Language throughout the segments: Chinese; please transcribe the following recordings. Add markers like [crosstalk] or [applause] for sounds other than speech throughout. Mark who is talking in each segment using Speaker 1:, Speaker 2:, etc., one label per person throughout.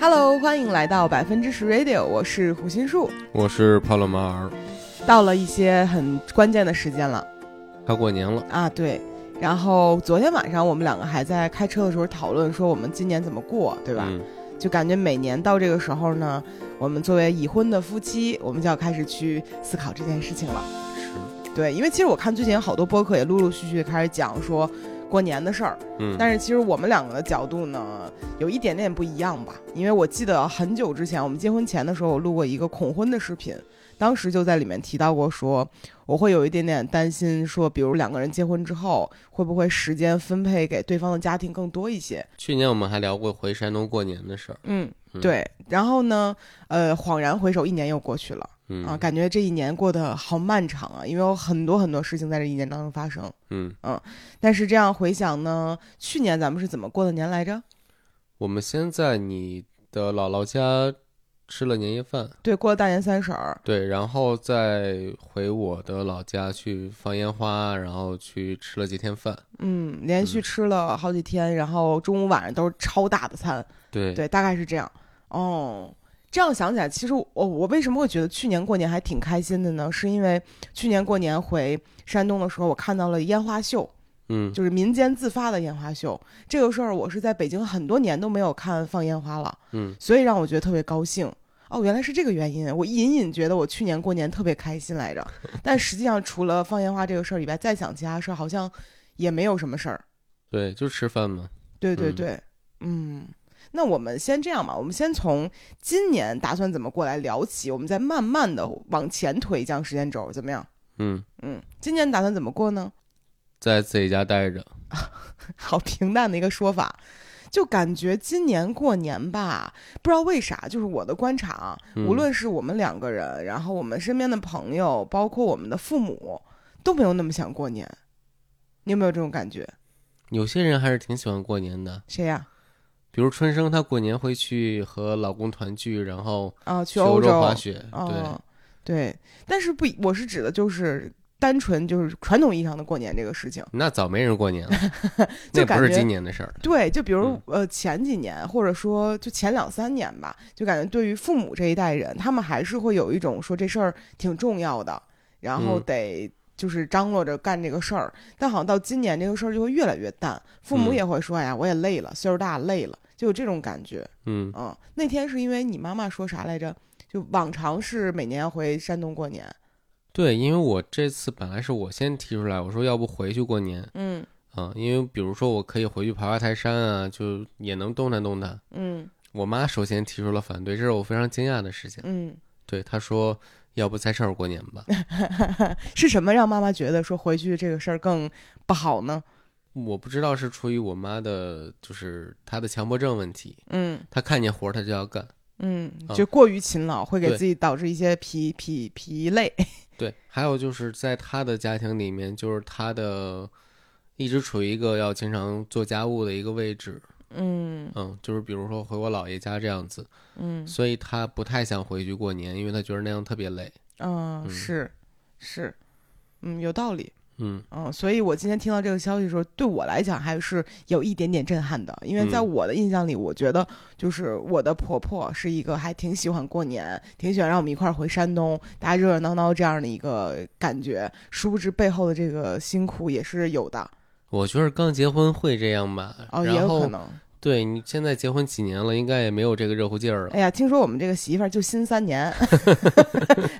Speaker 1: Hello，欢迎来到百分之十 Radio，我是胡心树。
Speaker 2: 我是帕洛马尔，
Speaker 1: 到了一些很关键的时间了
Speaker 2: 快过年了，
Speaker 1: 啊，对。然后昨天晚上我们两个还在开车的时候讨论说我们今年怎么过，对
Speaker 2: 对
Speaker 1: 吧？就感觉每年到这个时候呢，我们作为已婚的夫妻，我们就要开始去思考这件事情了。
Speaker 2: 是，
Speaker 1: 对，因为其实我看最近有好多播客也陆陆续续开始讲说过年的事儿，
Speaker 2: 嗯，
Speaker 1: 但是其实我们两个的角度呢，有一点点不一样吧。因为我记得很久之前，我们结婚前的时候，我录过一个恐婚的视频，当时就在里面提到过说，我会有一点点担心，说比如两个人结婚之后，会不会时间分配给对方的家庭更多一些？
Speaker 2: 去年我们还聊过回山东过年的事儿，
Speaker 1: 嗯，
Speaker 2: 嗯
Speaker 1: 对。然后呢，呃，恍然回首，一年又过去了
Speaker 2: 嗯
Speaker 1: 啊，感觉这一年过得好漫长啊，因为有很多很多事情在这一年当中发生。
Speaker 2: 嗯，
Speaker 1: 但是这样回想呢，去年咱们是怎么过的年来着？
Speaker 2: 我们先在你的姥姥家吃了年夜饭，
Speaker 1: 对，过了大年三十儿。
Speaker 2: 对，然后再回我的老家去放烟花，然后去吃了几天饭，
Speaker 1: 嗯，连续吃了好几天，然后中午晚上都是超大的餐，
Speaker 2: 对，
Speaker 1: 对，大概是这样。哦，这样想起来，其实我我为什么会觉得去年过年还挺开心的呢？是因为去年过年回山东的时候，我看到了烟花秀，
Speaker 2: 嗯，
Speaker 1: 就是民间自发的烟花秀。这个事儿我是在北京很多年都没有看放烟花了，
Speaker 2: 嗯，
Speaker 1: 所以让我觉得特别高兴。哦，原来是这个原因。我隐隐觉得我去年过年特别开心来着，
Speaker 2: [laughs]
Speaker 1: 但实际上除了放烟花这个事儿以外，再想其他事儿好像也没有什么事儿。
Speaker 2: 对，就吃饭嘛，
Speaker 1: 对对
Speaker 2: 嗯
Speaker 1: 对，嗯那我们先这样吧，我们先从今年打算怎么过来聊起，我们再慢慢的往前推一将时间轴，怎么样？
Speaker 2: 嗯，
Speaker 1: 嗯，今年打算怎么过呢？ [laughs]
Speaker 2: 在自己家待着，
Speaker 1: 好平淡的一个说法，就感觉今年过年吧，不知道为啥，就是我的观察啊，
Speaker 2: 嗯
Speaker 1: 无论是我们两个人，然后我们身边的朋友，包括我们的父母，都没有那么想过年。你有没有这种感觉？
Speaker 2: 有些人还是挺喜欢过年的，
Speaker 1: 谁呀、
Speaker 2: 比如春生，她过年会去和老公团聚，然后
Speaker 1: 啊？去
Speaker 2: 去欧
Speaker 1: 欧
Speaker 2: 洲
Speaker 1: 洲
Speaker 2: 滑雪，
Speaker 1: 哦，对，但是不一，我是指的就是单纯就是传统意义上的过年这个事情。，
Speaker 2: 那早没人过年了
Speaker 1: [laughs] 就
Speaker 2: 那
Speaker 1: 感
Speaker 2: 不是
Speaker 1: 觉
Speaker 2: 今年的事儿。
Speaker 1: 对，就比如、
Speaker 2: 嗯
Speaker 1: 呃前几年，或者说就前两三年吧，就感觉对于父母这一代人，他们还是会有一种说这事儿挺重要的，然后
Speaker 2: 嗯
Speaker 1: 得就是张罗着干这个事儿。但好像到今年这个事儿就会越来越淡，父母
Speaker 2: 嗯
Speaker 1: 也会说：“哎呀，我也累了，岁数大了累了。”就有这种感觉。
Speaker 2: 嗯，
Speaker 1: 嗯，那天是因为你妈妈说啥来着？就往常是每年要回山东过年。
Speaker 2: 对，因为我这次本来是我先提出来，我说要不回去过年
Speaker 1: 嗯
Speaker 2: 啊，因为比如说我可以回去爬爬泰山啊，就也能动弹动弹。
Speaker 1: 嗯。
Speaker 2: 我妈首先提出了反对，这是我非常惊讶的事情。
Speaker 1: 嗯，
Speaker 2: 对，她说要不在这儿过年
Speaker 1: [laughs]
Speaker 2: 吧，
Speaker 1: 是什么让妈妈觉得说回去这个事儿更不好呢？
Speaker 2: 我不知道是出于我妈的，就是她的强迫症问题，
Speaker 1: 嗯
Speaker 2: 她看见活儿她就要干。
Speaker 1: 嗯，
Speaker 2: 啊
Speaker 1: 就过于勤劳会给
Speaker 2: 对
Speaker 1: 自己导致一些疲疲疲累。
Speaker 2: 对，还有就是在她的家庭里面，就是她的一直处于一个要经常做家务的一个位置，
Speaker 1: 嗯
Speaker 2: 嗯，就是比如说回我姥爷家这样子，
Speaker 1: 嗯
Speaker 2: 所以他不太想回去过年，因为他觉得那样特别累。
Speaker 1: 啊，
Speaker 2: 嗯
Speaker 1: 是是，嗯，有道理。
Speaker 2: 嗯
Speaker 1: 嗯，所以我今天听到这个消息的时候，对我来讲还是有一点点震撼的，因为在
Speaker 2: 嗯
Speaker 1: 我的印象里，我觉得就是我的婆婆是一个还挺喜欢过年，挺喜欢让我们一块儿回山东，大家热热闹闹这样的一个感觉。殊不知背后的这个辛苦也是有的
Speaker 2: 我觉得刚结婚会这样吧，
Speaker 1: 哦，也有
Speaker 2: 然
Speaker 1: 可
Speaker 2: 后
Speaker 1: 能。
Speaker 2: 对你现在结婚几年了，应该也没有这个热乎劲儿了。
Speaker 1: 哎呀，听说我们这个媳妇儿就新三
Speaker 2: [laughs]
Speaker 1: 年，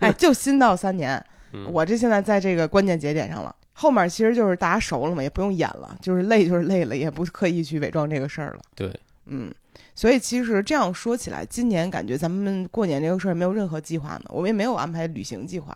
Speaker 1: 哎，就新到三年。
Speaker 2: 嗯
Speaker 1: 我这现在在这个关键节点上了，后面其实就是大家熟了嘛，也不用演了，就是累就是累了，也不刻意去伪装这个事儿了。
Speaker 2: 对，
Speaker 1: 嗯，所以其实这样说起来，今年感觉咱们过年这个事儿没有任何计划呢，我们也没有安排旅行计划。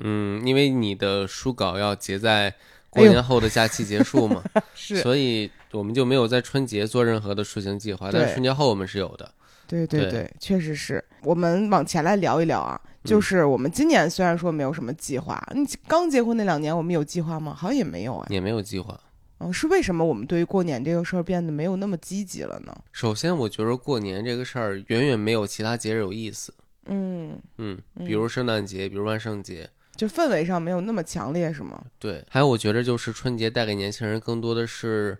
Speaker 2: 嗯，因为你的书稿要结在
Speaker 1: 哎
Speaker 2: 过
Speaker 1: 呦
Speaker 2: 年后的假期结束嘛，
Speaker 1: [laughs] 是
Speaker 2: 所以我们就没有在春节做任何的出行计划，但
Speaker 1: 对
Speaker 2: 是春节后我们是有的。
Speaker 1: 对对
Speaker 2: 对
Speaker 1: 对，确实是。我们往前来聊一聊啊，就
Speaker 2: 嗯
Speaker 1: 是我们今年虽然说没有什么计划，你刚结婚那两年我们有计划吗？好像也没有哎。
Speaker 2: 也没有计划。
Speaker 1: 嗯，是为什么我们对于过年这个事儿变得没有那么积极了呢？
Speaker 2: 首先，我觉得过年这个事儿远远没有其他节日有意思。
Speaker 1: 嗯，
Speaker 2: 嗯，
Speaker 1: 嗯
Speaker 2: 比如圣诞节，比如万圣节，
Speaker 1: 就氛围上没有那么强烈，是吗？
Speaker 2: 对，还有我觉得就是春节带给年轻人更多的是，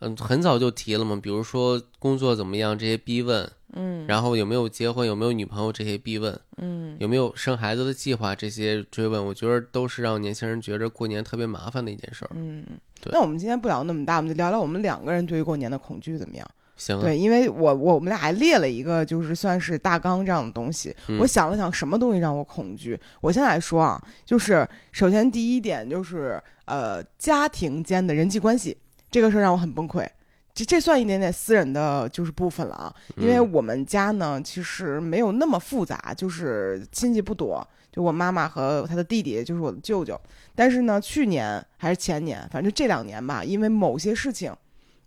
Speaker 2: 嗯，很早就提了嘛，比如说工作怎么样这些逼问，
Speaker 1: 嗯
Speaker 2: 然后有没有结婚，有没有女朋友这些逼问，
Speaker 1: 嗯，
Speaker 2: 有没有生孩子的计划这些追问，我觉得都是让年轻人觉着过年特别麻烦的一件事儿。
Speaker 1: 嗯，
Speaker 2: 对
Speaker 1: 那我们今天不聊那么大，我们就聊聊我们两个人对于过年的恐惧怎么样？
Speaker 2: 行啊，
Speaker 1: 对，因为我我们俩还列了一个，就是算是大纲这样的东西。
Speaker 2: 嗯
Speaker 1: 我想了想，什么东西让我恐惧？我先来说啊，就是首先第一点就是呃，家庭间的人际关系这个事儿让我很崩溃。这这算一点点私人的就是部分了啊，因为
Speaker 2: 嗯
Speaker 1: 我们家呢其实没有那么复杂，就是亲戚不多，就我妈妈和她的弟弟，就是我的舅舅。但是呢，去年还是前年，反正这两年吧，因为某些事情，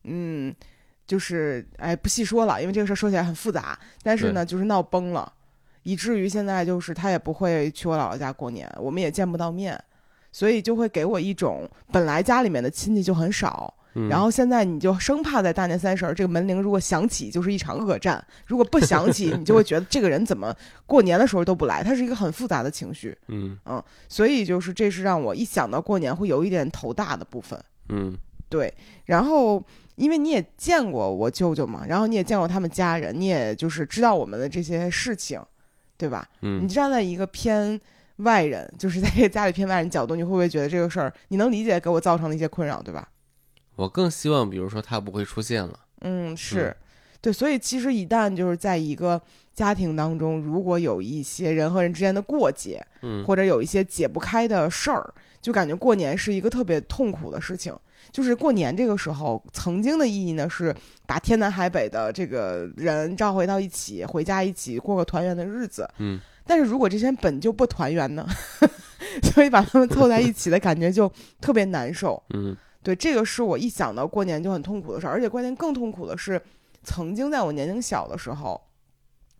Speaker 1: 嗯，就是哎不细说了，因为这个事儿说起来很复杂。但是呢，就是闹崩了，以至于现在就是他也不会去我姥姥家过年，我们也见不到面，所以就会给我一种本来家里面的亲戚就很少，
Speaker 2: 嗯
Speaker 1: 然后现在你就生怕在大年三十儿这个门铃如果响起，就是一场恶战；如果不响起，你就会觉得这个人怎么过年的时候都不来，它是一个很复杂的情绪。
Speaker 2: 嗯
Speaker 1: 所以就是这是让我一想到过年会有一点头大的部分。
Speaker 2: 嗯
Speaker 1: 对，然后因为你也见过我舅舅嘛，然后你也见过他们家人，你也就是知道我们的这些事情，对吧？你
Speaker 2: 嗯，
Speaker 1: 站在一个偏外人，就是在这个家里偏外人角度，你会不会觉得这个事儿你能理解给我造成的一些困扰，对吧？
Speaker 2: 我更希望比如说他不会出现了。
Speaker 1: 嗯，是，对，所以其实一旦就是在一个家庭当中，如果有一些人和人之间的过节，
Speaker 2: 嗯
Speaker 1: 或者有一些解不开的事儿，就感觉过年是一个特别痛苦的事情。就是过年这个时候，曾经的意义呢是把天南海北的这个人召回到一起，回家一起过个团圆的日子。
Speaker 2: 嗯，
Speaker 1: 但是如果这些人本就不团圆呢， [laughs] 所以把他们凑在一起的感觉就特别难受。
Speaker 2: 嗯
Speaker 1: 对，这个是我一想到过年就很痛苦的事儿，而且关键更痛苦的是，曾经在我年龄小的时候，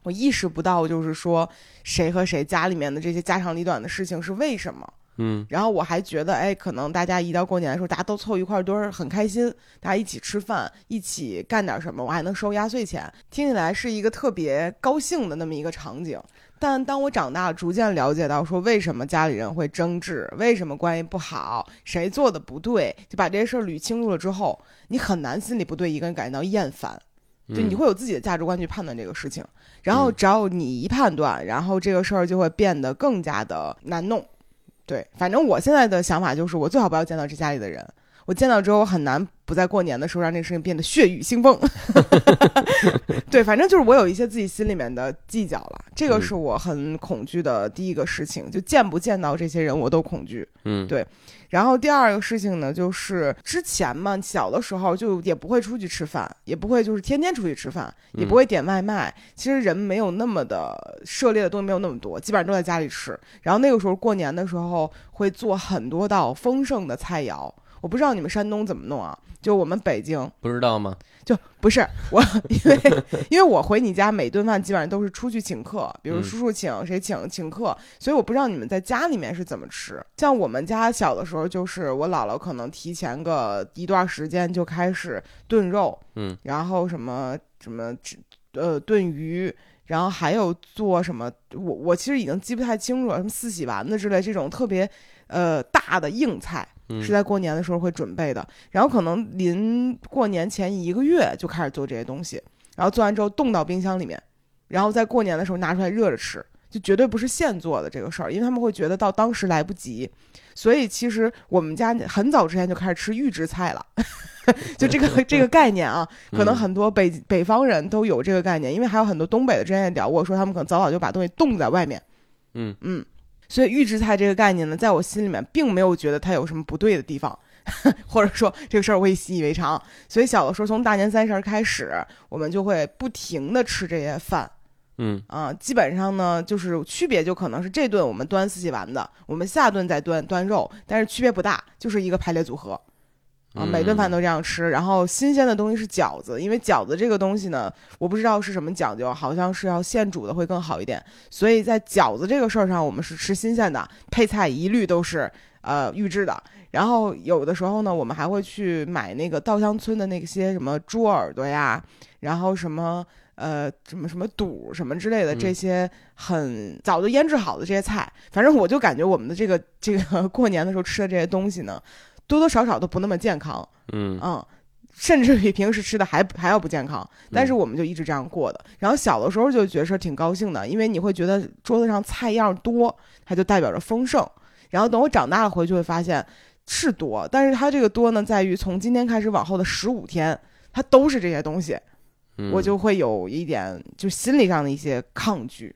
Speaker 1: 我意识不到，就是说谁和谁家里面的这些家长里短的事情是为什么。
Speaker 2: 嗯
Speaker 1: 然后我还觉得，哎，可能大家一到过年的时候，大家都凑一块儿堆儿，很开心，大家一起吃饭，一起干点什么，我还能收压岁钱，听起来是一个特别高兴的那么一个场景。但当我长大，逐渐了解到说为什么家里人会争执，为什么关系不好，谁做的不对，就把这些事儿捋清楚了之后，你很难心里不对一个人感觉到厌烦。
Speaker 2: 嗯，
Speaker 1: 就你会有自己的价值观去判断这个事情，然后只要你一判断，然后这个事儿就会变得更加的难弄。对，反正我现在的想法就是，我最好不要见到这家里的人。我见到之后，我很难不在过年的时候让这个事情变得血雨腥风。 [laughs] 对，反正就是我有一些自己心里面的计较了，这个
Speaker 2: 嗯
Speaker 1: 是我很恐惧的第一个事情，就见不见到这些人我都恐惧。
Speaker 2: 嗯
Speaker 1: 对然后第二个事情呢，就是之前嘛，小的时候就也不会出去吃饭，也不会就是天天出去吃饭，也不会点外卖。其实人没有那么的涉猎的东西没有那么多，基本上都在家里吃。然后那个时候过年的时候会做很多道丰盛的菜肴，我不知道你们山东怎么弄啊，就我们北京
Speaker 2: 不知道吗？
Speaker 1: 就不是我，因为因为我回你家每顿饭基本上都是出去请客，比如
Speaker 2: 嗯
Speaker 1: 叔叔请、谁请请客，所以我不知道你们在家里面是怎么吃。像我们家小的时候，就是我姥姥可能提前个一段时间就开始炖肉，
Speaker 2: 嗯，
Speaker 1: 然后什么什么呃炖鱼。然后还有做什么？我我其实已经记不太清楚了，什么四喜丸子之类这种特别，呃大的硬菜，
Speaker 2: 嗯
Speaker 1: 是在过年的时候会准备的，然后可能临过年前一个月就开始做这些东西，然后做完之后冻到冰箱里面，然后在过年的时候拿出来热着吃，就绝对不是现做的这个事儿，因为他们会觉得到当时来不及，所以其实我们家很早之前就开始吃预制菜了， [laughs] 就这个这个概念啊，可能
Speaker 2: 嗯
Speaker 1: 很多北北方人都有这个概念，因为还有很多东北的之前也聊过，说他们可能早早就把东西冻在外面。
Speaker 2: 嗯
Speaker 1: 嗯，所以预制菜这个概念呢，在我心里面并没有觉得它有什么不对的地方， [laughs] 或者说这个事儿我也习以为常。所以小的时候，从大年三十儿开始，我们就会不停的吃这些饭
Speaker 2: 嗯
Speaker 1: 啊。基本上呢，就是区别就可能是这顿我们端四喜丸子，我们下顿再端端肉，但是区别不大，就是一个排列组合。啊，
Speaker 2: 嗯
Speaker 1: 每顿饭都这样吃，然后新鲜的东西是饺子，因为饺子这个东西呢，我不知道是什么讲究，好像是要现煮的会更好一点，所以在饺子这个事儿上，我们是吃新鲜的，配菜一律都是呃预制的。然后有的时候呢，我们还会去买那个稻香村的那些什么猪耳朵呀，然后什么呃什么什么肚什么之类的
Speaker 2: 嗯
Speaker 1: 这些很早就腌制好的这些菜，反正我就感觉我们的这个这个过年的时候吃的这些东西呢，多多少少都不那么健康。
Speaker 2: 嗯
Speaker 1: 嗯，甚至比平时吃的还还要不健康。但是我们就一直这样过的。然后小的时候就觉得挺高兴的，因为你会觉得桌子上菜样多，它就代表着丰盛。然后等我长大了回去会发现是多，但是它这个多呢，在于从今天开始往后的十五天，它都是这些东西，
Speaker 2: 嗯
Speaker 1: 我就会有一点就心理上的一些抗拒。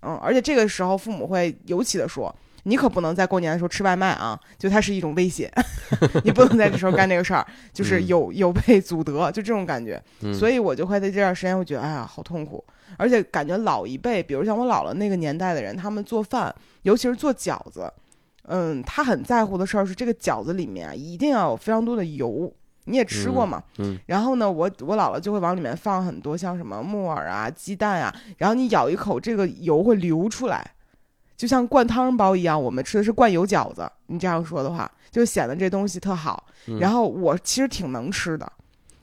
Speaker 1: 嗯，而且这个时候父母会尤其的说。你可不能在过年的时候吃外卖啊！就它是一种威胁， [laughs] 你不能在这时候干这个事儿，就是
Speaker 2: 嗯
Speaker 1: 有有被阻得，就这种感觉。
Speaker 2: 嗯
Speaker 1: 所以我就会在这段时间会觉得，哎呀，好痛苦，而且感觉老一辈，比如像我姥姥那个年代的人，他们做饭，尤其是做饺子，嗯，他很在乎的事儿是这个饺子里面啊，一定要有非常多的油。你也吃过嘛？
Speaker 2: 嗯嗯
Speaker 1: 然后呢，我我姥姥就会往里面放很多像什么木耳啊、鸡蛋啊，然后你咬一口，这个油会流出来，就像灌汤包一样。我们吃的是灌油饺子，你这样说的话，就显得这东西特好。
Speaker 2: 嗯
Speaker 1: 然后我其实挺能吃的，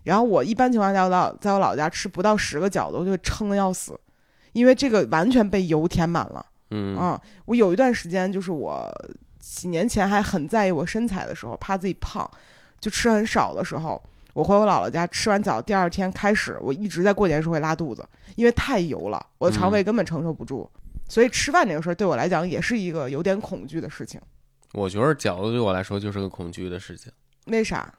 Speaker 1: 然后我一般情况下，我老在我老家吃不到十个饺子，我就撑的要死，因为这个完全被油填满了。
Speaker 2: 嗯
Speaker 1: 啊，我有一段时间就是我几年前还很在意我身材的时候，怕自己胖，就吃很少的时候，我回我姥姥家吃完饺子，第二天开始我一直在过年时候会拉肚子，因为太油了，我的肠
Speaker 2: 嗯
Speaker 1: 胃根本承受不住。所以吃饭这个事儿对我来讲也是一个有点恐惧的事情，
Speaker 2: 我觉得饺子对我来说就是个恐惧的事情，
Speaker 1: 为啥？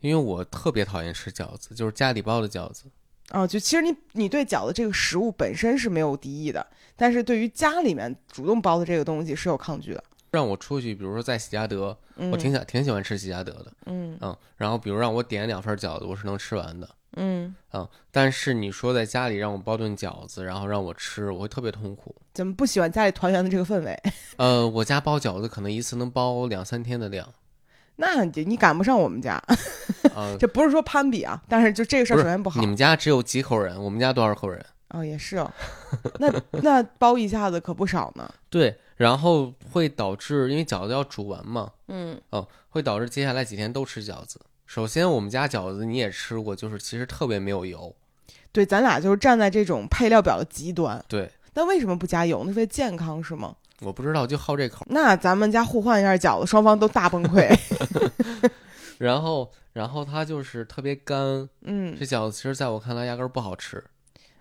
Speaker 2: 因为我特别讨厌吃饺子，就是家里包的饺子。
Speaker 1: 啊，就其实你你对饺子这个食物本身是没有敌意的，但是对于家里面主动包的这个东西是有抗拒的。
Speaker 2: 让我出去，比如说在喜家德，
Speaker 1: 嗯，
Speaker 2: 我挺想挺喜欢吃喜家德的，
Speaker 1: 嗯
Speaker 2: 嗯，然后比如让我点两份饺子，我是能吃完的，
Speaker 1: 嗯，
Speaker 2: 嗯，但是你说在家里让我包顿饺子，然后让我吃，我会特别痛苦。
Speaker 1: 怎么不喜欢家里团圆的这个氛围？
Speaker 2: 呃，我家包饺子可能一次能包两三天的量，
Speaker 1: 那你你赶不上我们家，， [laughs]
Speaker 2: 啊
Speaker 1: 这不是说攀比啊，但是就这个事儿
Speaker 2: 不
Speaker 1: 首
Speaker 2: 是
Speaker 1: 先不好
Speaker 2: 你们家只有几口人，我们家多少口人？
Speaker 1: 哦，也是哦，那那包一下子可不少呢。
Speaker 2: 对，然后会导致因为饺子要煮完嘛，
Speaker 1: 嗯
Speaker 2: 会导致接下来几天都吃饺子。首先，我们家饺子你也吃过，就是其实特别没有油。
Speaker 1: 对，咱俩就是站在这种配料表的极端，
Speaker 2: 对，
Speaker 1: 但为什么不加油？那为健康是吗？
Speaker 2: 我不知道就好这口。
Speaker 1: 那咱们家互换一下饺子，双方都大崩
Speaker 2: [laughs]
Speaker 1: 溃。
Speaker 2: 然后，然后它就是特别干。
Speaker 1: 嗯
Speaker 2: 这饺子其实在我看来压根儿不好吃。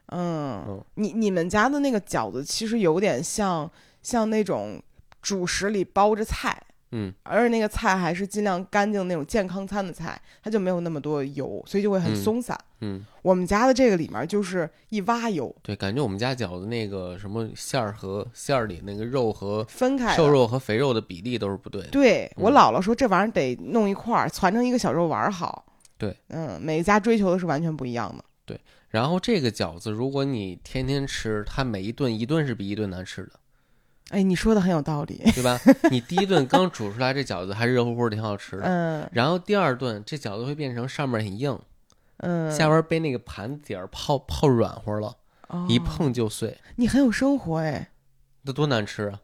Speaker 1: 嗯
Speaker 2: 嗯，
Speaker 1: 你你们家的那个饺子其实有点像像那种主食里包着菜，
Speaker 2: 嗯，
Speaker 1: 而且那个菜还是尽量干净那种健康餐的菜，它就没有那么多油，所以就会很
Speaker 2: 嗯
Speaker 1: 松散。
Speaker 2: 嗯，
Speaker 1: 我们家的这个里面就是一挖油，
Speaker 2: 对，感觉我们家饺子那个什么馅儿和馅儿里那个肉和
Speaker 1: 分开的
Speaker 2: 瘦。肉和肥肉的比例都是不对的。
Speaker 1: 对
Speaker 2: 嗯
Speaker 1: 我姥姥说，这玩意儿得弄一块儿，攒成一个小肉丸儿好。
Speaker 2: 对，
Speaker 1: 嗯，每个家追求的是完全不一样的。
Speaker 2: 然后这个饺子，如果你天天吃，它每一顿一顿是比一顿难吃的，
Speaker 1: 哎，你说的很有道理。
Speaker 2: 对吧？你第一顿刚煮出来，这饺子还热乎乎的，挺好吃的。
Speaker 1: 嗯
Speaker 2: 然后第二顿，这饺子会变成上面很硬，
Speaker 1: 嗯，
Speaker 2: 下边被那个盘底儿泡泡软和了，
Speaker 1: 哦
Speaker 2: 一碰就碎，
Speaker 1: 你很有生活哎。
Speaker 2: 那多难吃啊！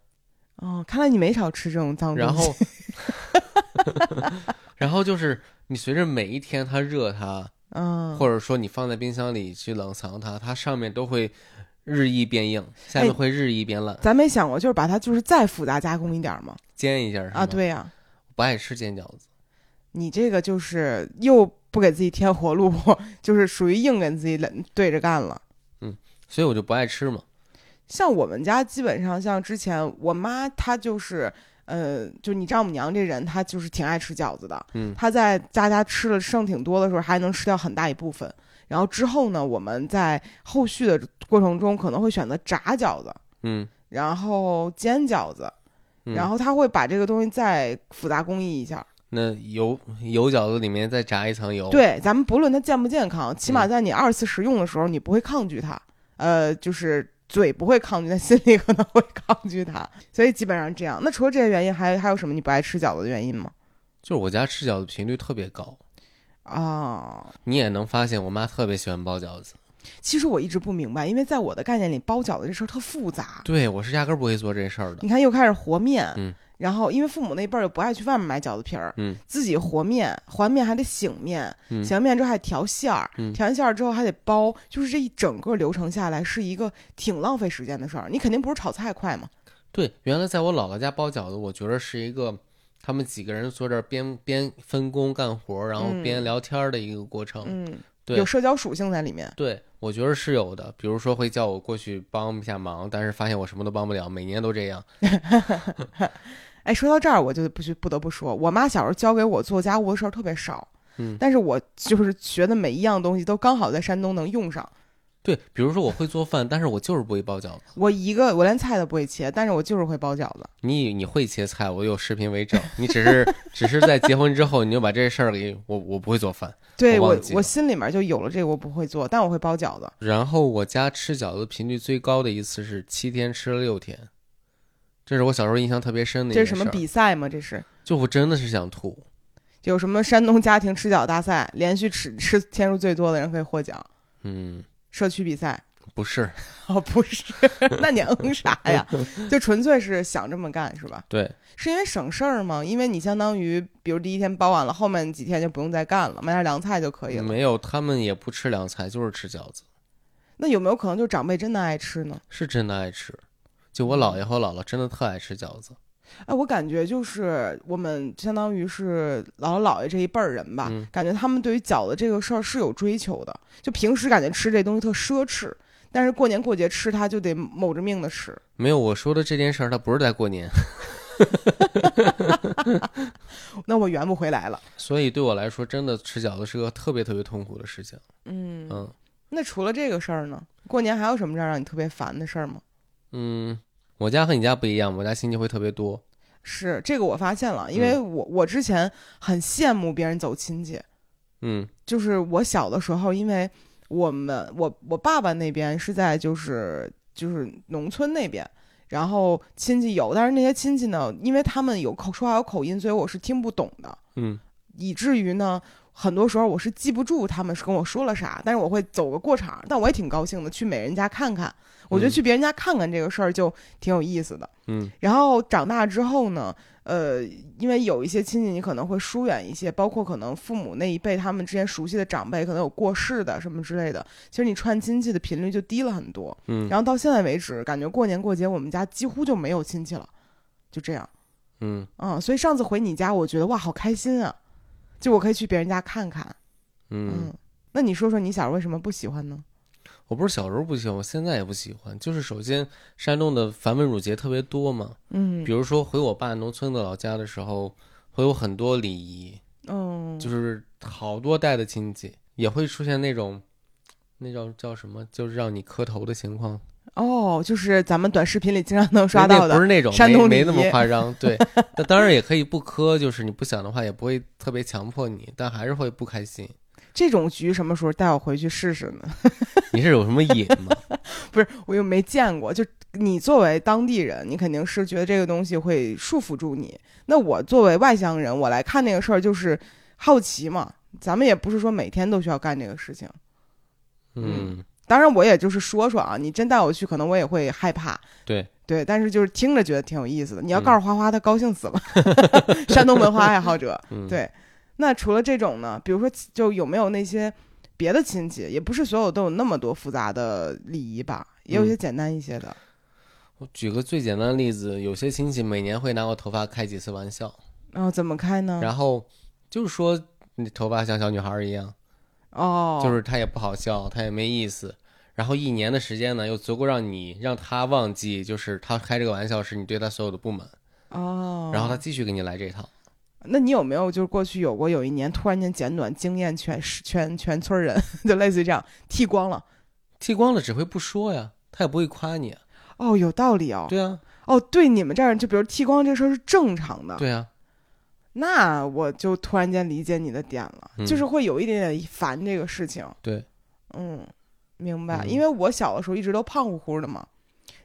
Speaker 1: 哦，看来你没少吃这种脏东西。
Speaker 2: 然
Speaker 1: [laughs]
Speaker 2: 后， [laughs] 然后就是你随着每一天它热它，
Speaker 1: 嗯，
Speaker 2: 或者说你放在冰箱里去冷藏它，它上面都会日益变硬，下面
Speaker 1: 哎
Speaker 2: 会日益变烂，
Speaker 1: 咱没想过，就是把它就是再复杂加工一点儿嘛。
Speaker 2: 煎一下是
Speaker 1: 啊，
Speaker 2: 吗，
Speaker 1: 对呀、
Speaker 2: 不爱吃煎饺子，
Speaker 1: 你这个就是又不给自己添活路， [laughs] 就是属于硬跟自己对着干了。
Speaker 2: 所以我就不爱吃嘛。
Speaker 1: 像我们家基本上像之前我妈她就是，呃，就你丈母娘这人她就是挺爱吃饺子的，
Speaker 2: 嗯
Speaker 1: 她在家家吃了剩挺多的时候还能吃掉很大一部分。然后之后呢，我们在后续的过程中可能会选择炸饺子，
Speaker 2: 嗯，
Speaker 1: 然后煎饺子，
Speaker 2: 嗯
Speaker 1: 然后她会把这个东西再复杂工艺一下。
Speaker 2: 那油油饺子里面再炸一层油，，
Speaker 1: 对，咱们不论它健不健康，起码
Speaker 2: 哦嗯
Speaker 1: 在你二次食用的时候，你不会抗拒它，呃，就是嘴不会抗拒，但心里可能会抗拒它，所以基本上是这样。那除了这些原因，还还有什么你不爱吃饺子的原因吗？
Speaker 2: 就是我家吃饺子频率特别高，
Speaker 1: 啊、
Speaker 2: 你也能发现我妈特别喜欢包饺子。
Speaker 1: 其实我一直不明白，因为在我的概念里，包饺子这事儿特复杂。
Speaker 2: 对，我是压根儿不会做这事儿的。
Speaker 1: 你看，又开始和面，
Speaker 2: 嗯
Speaker 1: 然后因为父母那辈儿又不爱去外面买饺子皮儿，
Speaker 2: 嗯
Speaker 1: 自己和面，和面还得醒面，
Speaker 2: 嗯
Speaker 1: 醒完面之后还调馅儿，
Speaker 2: 嗯
Speaker 1: 调完馅儿之后还得包，就是这一整个流程下来是一个挺浪费时间的事儿。你肯定不是炒菜快嘛？
Speaker 2: 对，原来在我姥姥家包饺子，我觉得是一个他们几个人坐这儿边边分工干活，然后
Speaker 1: 嗯
Speaker 2: 边聊天儿的一个过程。
Speaker 1: 嗯，
Speaker 2: 哦对
Speaker 1: 有社交属性在里面。 [laughs]
Speaker 2: 对，我觉得是有的。比如说会叫我过去帮一下忙，但是发现我什么都帮不了，每年都这样。
Speaker 1: 哎，说到这儿，我就不去不得不说，我妈小时候教给我做家务的事儿特别少，
Speaker 2: 嗯
Speaker 1: 但是我就是学的每一样东西都刚好在山东能用上。
Speaker 2: 对，比如说我会做饭，但是我就是不会包饺子。
Speaker 1: 我一个我连菜都不会切，但是我就是会包饺子。
Speaker 2: 你以你会切菜，我有视频为证。你只
Speaker 1: [laughs]
Speaker 2: 是只是在结婚之后，你就把这事儿给我，我不会做饭。
Speaker 1: 对
Speaker 2: 我
Speaker 1: 我
Speaker 2: 忘记
Speaker 1: 我
Speaker 2: 了
Speaker 1: 心里面就有了这个，我不会做，但我会包饺子。
Speaker 2: 然后我家吃饺子频率最高的一次是七天吃了六天，这是我小时候印象特别深的一
Speaker 1: 这
Speaker 2: 件
Speaker 1: 是
Speaker 2: 事
Speaker 1: 什
Speaker 2: 儿。
Speaker 1: 么比赛吗？这是
Speaker 2: 就我真的是想吐。
Speaker 1: 有什么山东家庭吃饺大赛，连续吃吃天数最多的人可以获奖。
Speaker 2: 嗯，
Speaker 1: 社区比赛
Speaker 2: 不是，
Speaker 1: 哦，不是， [laughs]
Speaker 2: [laughs]
Speaker 1: 那你嗯啥呀？就纯粹是想这么干是吧？
Speaker 2: 对
Speaker 1: 是因为省事儿吗？因为你相当于，比如第一天包完了，后面几天就不用再干了，买点凉菜就可以了。
Speaker 2: 没有，他们也不吃凉菜，就是吃饺子，
Speaker 1: 那有没有可能就长辈真的爱吃呢？
Speaker 2: 是真的爱吃。就我姥爷和姥姥真的特爱吃饺子，
Speaker 1: 哎，我感觉就是我们相当于是姥姥姥爷这一辈儿人吧，
Speaker 2: 嗯
Speaker 1: 感觉他们对于饺子这个事儿是有追求的。就平时感觉吃这东西特奢侈，但是过年过节吃它就得卯着命的吃。
Speaker 2: 没有我说的这件事儿，他不是在过年， [laughs]
Speaker 1: 那我圆不回来了。
Speaker 2: 所以对我来说，真的吃饺子是个特别特别痛苦的事情。
Speaker 1: 嗯
Speaker 2: 嗯
Speaker 1: 那除了这个事儿呢？过年还有什么事儿让你特别烦的事儿吗？
Speaker 2: 嗯，我家和你家不一样，我家亲戚会特别多。
Speaker 1: 是这个我发现了，因为我我之前很羡慕别人走亲戚，
Speaker 2: 嗯
Speaker 1: 就是我小的时候，因为我们我我爸爸那边是在就是就是农村那边，然后亲戚有，但是那些亲戚呢，因为他们有口说话有口音，所以我是听不懂的，
Speaker 2: 嗯，
Speaker 1: 以至于呢，很多时候我是记不住他们是跟我说了啥，但是我会走个过场，但我也挺高兴的，去每人家看看。我觉得
Speaker 2: 嗯
Speaker 1: 去别人家看看这个事儿就挺有意思的。
Speaker 2: 嗯，
Speaker 1: 然后长大之后呢，呃，因为有一些亲戚你可能会疏远一些，包括可能父母那一辈他们之前熟悉的长辈可能有过世的什么之类的，其实你串亲戚的频率就低了很多。
Speaker 2: 嗯
Speaker 1: 然后到现在为止，感觉过年过节我们家几乎就没有亲戚了，就这样。
Speaker 2: 嗯
Speaker 1: 嗯，所以上次回你家，我觉得哇，好开心啊！就我可以去别人家看看。
Speaker 2: 嗯，
Speaker 1: 嗯，那你说说你小时候为什么不喜欢呢？
Speaker 2: 我不是小时候不喜欢，我现在也不喜欢。就是首先，山东的繁文缛节特别多嘛，
Speaker 1: 嗯
Speaker 2: 比如说回我爸农村的老家的时候，会有很多礼仪，
Speaker 1: 嗯，
Speaker 2: 就是好多代的亲戚，也会出现那种，那叫叫什么，就是让你磕头的情况。
Speaker 1: 哦，就是咱们短视频里经常能刷到
Speaker 2: 那不
Speaker 1: 的。
Speaker 2: 是那种
Speaker 1: 山东
Speaker 2: 没
Speaker 1: 礼
Speaker 2: 没那么
Speaker 1: 仪 [laughs]
Speaker 2: 夸张，对。那当然也可以不磕，就是你不想的话，也不会特别强迫你，但还是会不开心。
Speaker 1: 这种局什么时候带我回去试试呢？
Speaker 2: 你是有什么瘾吗？
Speaker 1: 不是，我又没见过。就你作为当地人，你肯定是觉得这个东西会束缚住你。那我作为外乡人，我来看这个事儿就是好奇嘛。咱们也不是说每天都需要干这个事情。
Speaker 2: [laughs] 嗯，
Speaker 1: 当然，我也就是说说啊，你真带我去，可能我也会害怕。
Speaker 2: 对嗯
Speaker 1: 对，但是就是听着觉得挺有意思的。你要告诉花花，她高兴死了。 [laughs] 山东文化爱好者，
Speaker 2: 嗯
Speaker 1: 对。那除了这种呢，比如说，就有没有那些别的亲戚？也不是所有都有那么多复杂的礼仪吧，也
Speaker 2: 嗯
Speaker 1: 有一些简单一些的。
Speaker 2: 我举个最简单的例子，有些亲戚每年会拿我头发开几次玩笑，
Speaker 1: 然后哦怎么开呢？
Speaker 2: 然后就是说你头发像小女孩儿一样，
Speaker 1: 哦，
Speaker 2: 就是他也不好笑，他也没意思。然后一年的时间呢，又足够让你让他忘记，就是他开这个玩笑是你对他所有的不满，
Speaker 1: 哦，
Speaker 2: 然后他继续给你来这套。
Speaker 1: 那你有没有就是过去有过有一年突然间剪短，惊艳全市全全村儿人，就类似于这样剃光了？
Speaker 2: 剃光了只会不说呀，他也不会夸你。啊
Speaker 1: 哦，有道理哦。
Speaker 2: 对啊，
Speaker 1: 哦，对，你们这儿就比如剃光这事儿是正常的。
Speaker 2: 对啊，
Speaker 1: 那我就突然间理解你的点了，
Speaker 2: 嗯
Speaker 1: 就是会有一点点烦这个事情。
Speaker 2: 对，
Speaker 1: 嗯，明白。
Speaker 2: 嗯
Speaker 1: 因为我小的时候一直都胖乎乎的嘛，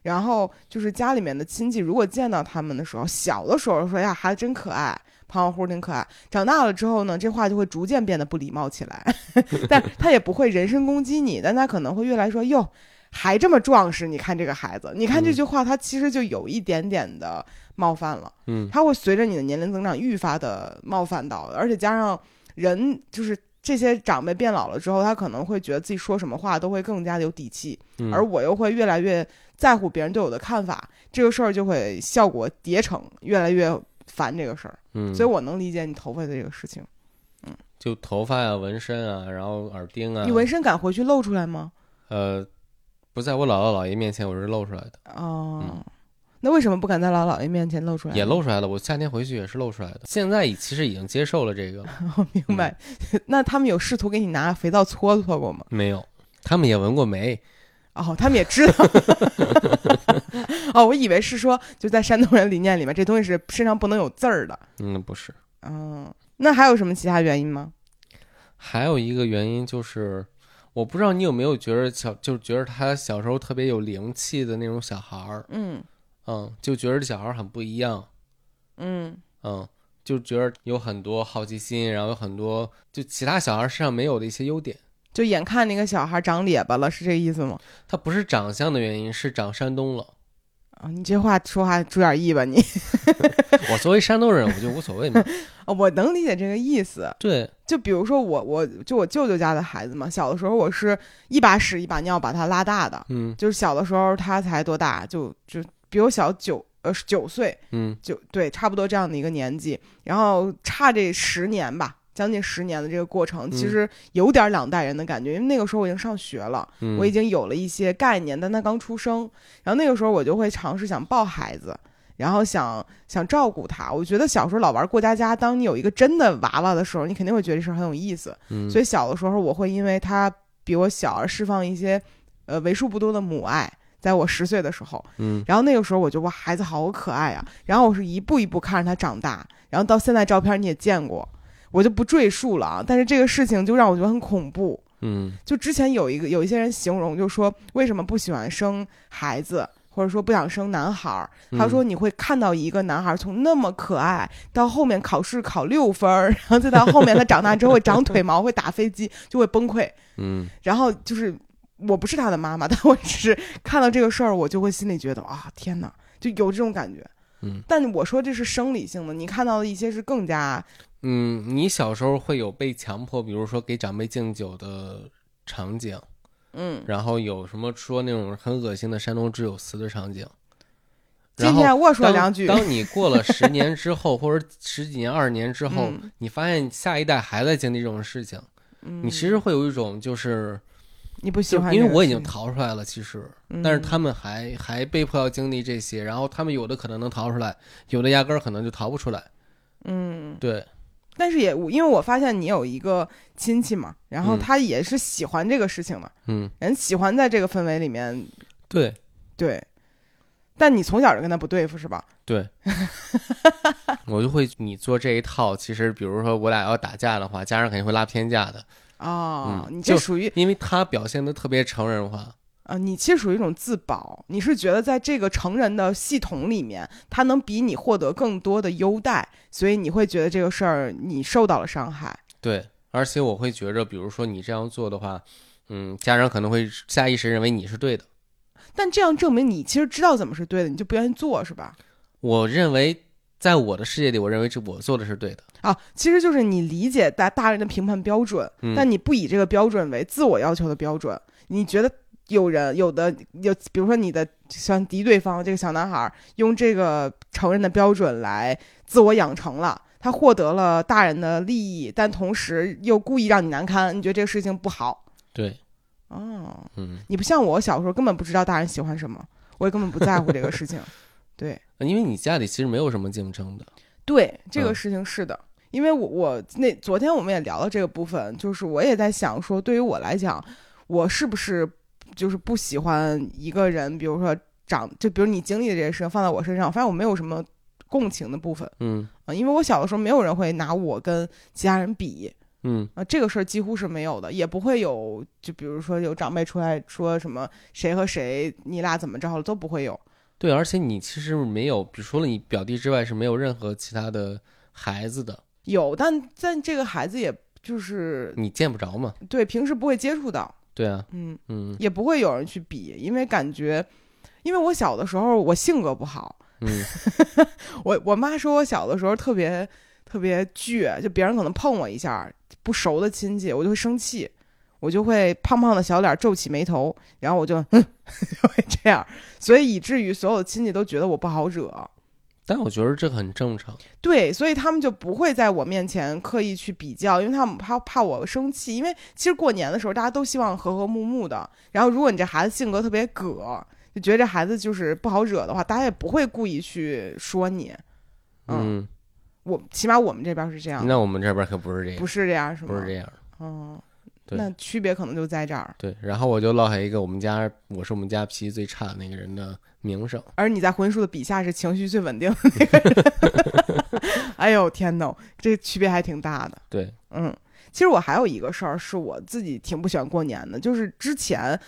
Speaker 1: 然后就是家里面的亲戚，如果见到他们的时候，小的时候说哎呀孩子真可爱，胖乎乎挺可爱。长大了之后呢，这话就会逐渐变得不礼貌起来， [laughs]
Speaker 2: [laughs]
Speaker 1: 但他也不会人身攻击你，但他可能会越来说哟。还这么壮实，你看这个孩子，你看这
Speaker 2: 嗯
Speaker 1: 句话，他其实就有一点点的冒犯了。
Speaker 2: 嗯
Speaker 1: 它会随着你的年龄增长愈发的冒犯到，而且加上人就是这些长辈变老了之后，他可能会觉得自己说什么话都会更加的有底气，
Speaker 2: 嗯，
Speaker 1: 而我又会越来越在乎别人对我的看法，这个事儿就会效果叠成，越来越烦这个事儿，
Speaker 2: 嗯，
Speaker 1: 所以我能理解你头发的这个事情。
Speaker 2: 就头发啊、纹身啊，然后耳钉啊，
Speaker 1: 你纹身敢回去露出来吗？
Speaker 2: 呃，不在我姥姥姥爷面前我是露出来的，
Speaker 1: 哦，
Speaker 2: 嗯
Speaker 1: 那为什么不敢在老姥爷面前露出来？
Speaker 2: 也。露出来了。我夏天回去也是露出来的。现在已其实已经接受了这个了，
Speaker 1: 我明白。
Speaker 2: 嗯
Speaker 1: [laughs] 那他们有试图给你拿肥皂搓搓过吗？
Speaker 2: 没有，他们也纹过眉，
Speaker 1: 哦，他们也知道。哦，我以为是说就在山东人理念里面，这东西是身上不能有字儿的。
Speaker 2: 嗯，不是。
Speaker 1: 嗯，那还有什么其他原因吗？
Speaker 2: 还有一个原因就是，我不知道你有没有觉得小，就是觉得他小时候特别有灵气的那种小孩儿，
Speaker 1: 嗯
Speaker 2: 嗯，就觉得这小孩儿很不一样，
Speaker 1: 嗯
Speaker 2: 嗯，就觉得有很多好奇心，然后有很多就其他小孩儿身上没有的一些优点。
Speaker 1: 就眼看那个小孩长咧巴了，是这个意思吗？
Speaker 2: 他不是长相的原因，是长山东
Speaker 1: [laughs]
Speaker 2: 了。
Speaker 1: 啊、你这话说话注点意吧你、 [laughs]
Speaker 2: 我作为山东人，我就无所谓嘛。
Speaker 1: 哦我能理解这个意思。
Speaker 2: 对，
Speaker 1: 就比如说我，我就我舅舅家的孩子嘛，小的时候我是一把屎一把尿把他拉大的，
Speaker 2: 嗯
Speaker 1: 就是小的时候他才多大，就就比我小九呃九岁，
Speaker 2: 嗯
Speaker 1: 九对差不多这样的一个年纪，然后差这十年吧，将近十年的这个过程，
Speaker 2: 嗯
Speaker 1: 其实有点两代人的感觉，因为那个时候我已经上学了，
Speaker 2: 嗯，
Speaker 1: 我已经有了一些概念，但他刚出生，然后那个时候我就会尝试想抱孩子，然后想想照顾他。我觉得小时候老玩过家家，当你有一个真的娃娃的时候，你肯定会觉得这事儿很有意思。
Speaker 2: 嗯
Speaker 1: 所以小的时候，我会因为他比我小而释放一些，呃，为数不多的母爱。在我十岁的时候，
Speaker 2: 嗯
Speaker 1: 然后那个时候我就哇，孩子好可爱啊！然后我是一步一步看着他长大，然后到现在照片你也见过，我就不赘述了啊。但是这个事情就让我觉得很恐怖，
Speaker 2: 嗯
Speaker 1: 就之前有一个有一些人形容，就说为什么不喜欢生孩子，或者说不想生男孩儿。
Speaker 2: 嗯
Speaker 1: 他说你会看到一个男孩儿从那么可爱，到后面考试考六分儿，然后再到后面他长大之后会长腿毛，会打飞机，就会崩溃。
Speaker 2: 嗯
Speaker 1: 然后就是我不是他的妈 [laughs] 妈，但我只是看到这个事儿，我就会心里觉得啊，天哪，就有这种感觉。
Speaker 2: 嗯
Speaker 1: 但我说这是生理性的，你看到的一些是更加
Speaker 2: 嗯，你小时候会有被强迫，比如说给长辈敬酒的场景，
Speaker 1: 嗯。
Speaker 2: 然后有什么说那种很恶心的山东挚友词的场景。
Speaker 1: 今
Speaker 2: 然后
Speaker 1: 天我说
Speaker 2: 当
Speaker 1: 两句，
Speaker 2: 当你过了十年之后，或者十几年、二十年之后，
Speaker 1: 嗯
Speaker 2: 你发现下一代还在经历这种事情，你
Speaker 1: 你
Speaker 2: 其实会有一种就是，
Speaker 1: 嗯你不喜
Speaker 2: 就
Speaker 1: 欢
Speaker 2: 是
Speaker 1: 这个事情，
Speaker 2: 因为我已经逃出来了，其实，
Speaker 1: 嗯，
Speaker 2: 但是他们还还被迫要经历这些，然后他们有的可能能逃出来，有的压根儿可能就逃不出来。
Speaker 1: 嗯，
Speaker 2: 对，
Speaker 1: 但是也我因为我发现你有一个亲戚嘛，然后
Speaker 2: 嗯
Speaker 1: 他也是喜欢这个事情的，
Speaker 2: 嗯，
Speaker 1: 人喜欢在这个氛围里面，
Speaker 2: 对
Speaker 1: 对。但你从小就跟他不对付是吧？
Speaker 2: 对， [laughs] 我就会你做这一套，其实比如说我俩要打架的话，家人肯定会拉偏架的，
Speaker 1: 哦，
Speaker 2: 嗯
Speaker 1: 你这
Speaker 2: 就
Speaker 1: 属于
Speaker 2: 因为他表现的特别成人化。
Speaker 1: 啊、你其实属于一种自保，你是觉得在这个成人的系统里面，他能比你获得更多的优待，所以你会觉得这个事儿你受到了伤害。
Speaker 2: 对，而且我会觉着，比如说你这样做的话，嗯，家人可能会下意识认为你是对的。
Speaker 1: 但这样证明你其实知道怎么是对的，你就不愿意做是吧？
Speaker 2: 我认为，在我的世界里，我认为这我做的是对的。
Speaker 1: 啊，其实就是你理解大大人的评判标准，
Speaker 2: 嗯
Speaker 1: 但你不以这个标准为自我要求的标准，你觉得有人有的有，比如说你的想敌对方这个小男孩儿用这个成人的标准来自我养成了，他获得了大人的利益，但同时又故意让你难堪，你觉得这个事情不好
Speaker 2: 对，
Speaker 1: 哦，
Speaker 2: 嗯，
Speaker 1: 你不像我小时候根本不知道大人喜欢什么，我也根本不在乎这个事情，对。
Speaker 2: 因为你家里其实没有什么竞争的。
Speaker 1: 对这个
Speaker 2: 嗯
Speaker 1: 事情是的，因为我我那昨天我们也聊了这个部分，就是我也在想说，对于我来讲，我是不是就是不喜欢一个人，比如说长，就比如你经历的这些事情放在我身上，我发现我没有什么共情的部分
Speaker 2: 嗯
Speaker 1: 啊、因为我小的时候没有人会拿我跟其他人比。
Speaker 2: 嗯
Speaker 1: 啊，这个事儿几乎是没有的，也不会有，就比如说有长辈出来说什么谁和谁你俩怎么着了，都不会有。
Speaker 2: 对，而且你其实没有，比除了你表弟之外，是没有任何其他的孩子的，
Speaker 1: 有，但但这个孩子也就是
Speaker 2: 你见不着嘛。
Speaker 1: 对平时不会接触到，
Speaker 2: 对啊，
Speaker 1: 嗯，
Speaker 2: 嗯
Speaker 1: 也不会有人去比，因为感觉，因为我小的时候我性格不好，
Speaker 2: 嗯
Speaker 1: 我我妈说我小的时候特别特别倔，就别人可能碰我一下，不熟的亲戚我就会生气，我就会胖胖的小脸皱起眉头，然 [laughs] 后我就嗯就会这样，所以以至于所有的亲戚都觉得我不好惹，
Speaker 2: 但我觉得这很正常。
Speaker 1: 对，所以他们就不会在我面前刻意去比较，因为他们怕怕我生气。因为其实过年的时候，大家都希望和和睦睦的。然后，如果你这孩子性格特别葛，就觉得这孩子就是不好惹的话，大家也不会故意去说你。嗯，
Speaker 2: 嗯，
Speaker 1: 我起码我们这边是这样，
Speaker 2: 那我们这边可不是这样，
Speaker 1: 不是这样是吗？
Speaker 2: 不是这样。
Speaker 1: 嗯，
Speaker 2: 对
Speaker 1: 那区别可能就在这儿。
Speaker 2: 对，然后我就落下一个我们家我是我们家脾气最差的那个人的名声。
Speaker 1: 而你在魂叔的笔下是情绪最稳定的那个人。 [laughs] 哎呦天呐，这区别还挺大的。
Speaker 2: 对，
Speaker 1: 嗯，其实我还有一个事儿是我自己挺不喜欢过年的，就是之前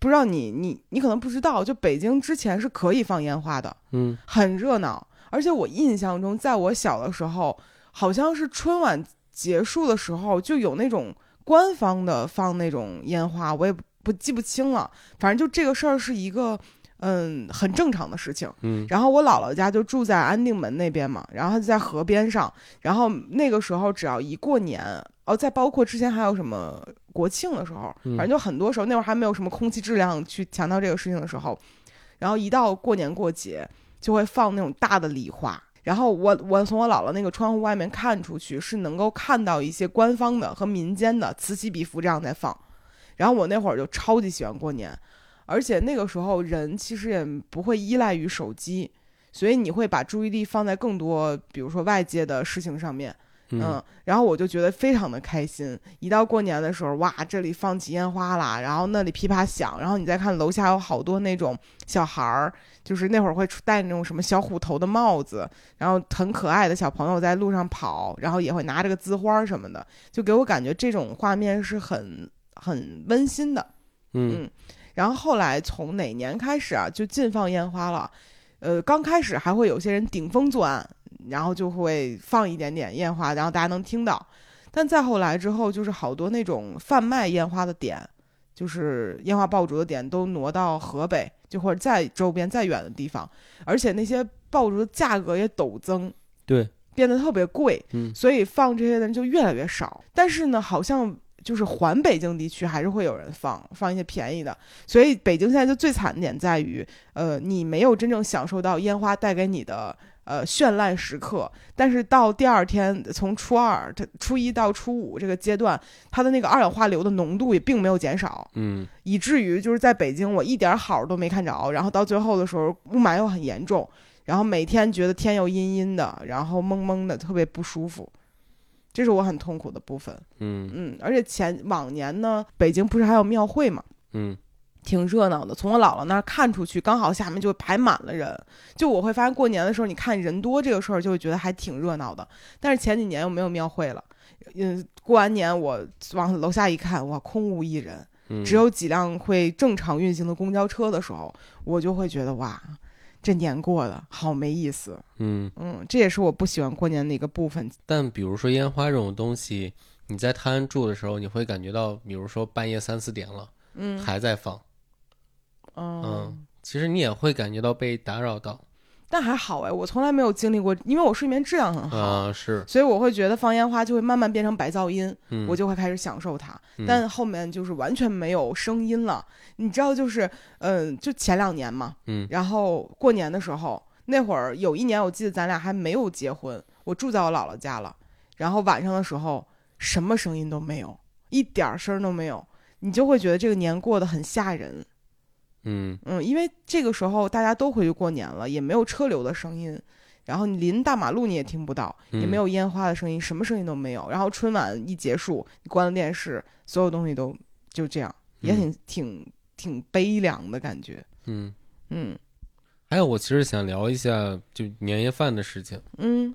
Speaker 1: 不知道你你你可能不知道，就北京之前是可以放烟花的，
Speaker 2: 嗯，
Speaker 1: 很热闹。而且我印象中，在我小的时候，好像是春晚结束的时候就有那种官方的放那种烟花，我也不不记不清了。反正就这个事儿是一个嗯很正常的事情。
Speaker 2: 嗯
Speaker 1: 然后我姥姥家就住在安定门那边嘛，然后她就在河边上。然后那个时候只要一过年，哦，再包括之前还有什么国庆的时候，
Speaker 2: 嗯
Speaker 1: 反正就很多时候那会儿还没有什么空气质量去强调这个事情的时候，然后一到过年过节就会放那种大的礼花。然后我我从我姥姥那个窗户外面看出去，是能够看到一些官方的和民间的此起彼伏这样在放。然后我那会儿就超级喜欢过年，而且那个时候人其实也不会依赖于手机，所以你会把注意力放在更多，比如说外界的事情上面。嗯，然后我就觉得非常的开心。一到过年的时候，哇，这里放起烟花啦，然后那里噼啪响，然后你再看楼下有好多那种小孩儿，就是那会儿会出戴那种什么小虎头的帽子，然后很可爱的小朋友在路上跑，然后也会拿着个滋花儿什么的，就给我感觉这种画面是很很温馨的。
Speaker 2: 嗯
Speaker 1: 然后后来从哪年开始啊，就禁放烟花了。呃，刚开始还会有些人顶风作案，然后就会放一点点烟花，然后大家能听到。但再后来之后，就是好多那种贩卖烟花的点，就是烟花爆竹的点都挪到河北，就或者在周边再远的地方，而且那些爆竹的价格也陡增，
Speaker 2: 对，
Speaker 1: 变得特别贵，
Speaker 2: 嗯
Speaker 1: 所以放这些的人就越来越少。但是呢，好像就是环北京地区还是会有人放放一些便宜的，所以北京现在就最惨的点在于，呃，你没有真正享受到烟花带给你的呃绚烂时刻，但是到第二天，从初二、这初一到初五这个阶段，它的那个二氧化硫的浓度也并没有减少，
Speaker 2: 嗯
Speaker 1: 以至于就是在北京我一点好都没看着，然后到最后的时候雾霾又很严重，然后每天觉得天又阴阴的，然后蒙蒙的，特别不舒服，这是我很痛苦的部分。
Speaker 2: 嗯
Speaker 1: 嗯，而且前往年呢，北京不是还有庙会嘛，
Speaker 2: 嗯
Speaker 1: 挺热闹的。从我姥姥那儿看出去，刚好下面就排满了人。就我会发现过年的时候，你看人多这个事儿，就会觉得还挺热闹的。但是前几年又没有庙会了，嗯，过完年我往楼下一看，哇，空无一人，
Speaker 2: 嗯，
Speaker 1: 只有几辆会正常运行的公交车的时候，我就会觉得哇，这年过的好没意思。
Speaker 2: 嗯，
Speaker 1: 嗯，这也是我不喜欢过年的一个部分。
Speaker 2: 但比如说烟花这种东西，你在泰安住的时候，你会感觉到，比如说半夜三四点了
Speaker 1: 嗯
Speaker 2: 还在放，
Speaker 1: 嗯
Speaker 2: 嗯其实你也会感觉到被打扰到。
Speaker 1: 但还好哎，我从来没有经历过，因为我睡眠质量嗯很好。
Speaker 2: 啊，是，
Speaker 1: 所以我会觉得放烟花就会慢慢变成白噪音，
Speaker 2: 嗯，
Speaker 1: 我就会开始享受它。
Speaker 2: 嗯
Speaker 1: 但后面就是完全没有声音了，你知道，就是嗯、就前两年嘛，
Speaker 2: 嗯
Speaker 1: 然后过年的时候，那会儿有一年我记得咱俩还没有结婚，我住在我姥姥家了，然后晚上的时候什么声音都没有，一点儿声儿都没有，你就会觉得这个年过得很吓人。
Speaker 2: 嗯
Speaker 1: 嗯，因为这个时候大家都回去过年了，也没有车流的声音，然后你临大马路你也听不到，也
Speaker 2: 嗯
Speaker 1: 没有烟花的声音，什么声音都没有。然后春晚一结束，你关了电视，所有东西都就这样，也挺、挺挺悲凉的感觉。
Speaker 2: 嗯，
Speaker 1: 嗯
Speaker 2: 还有我其实想聊一下就年夜饭的事情。
Speaker 1: 嗯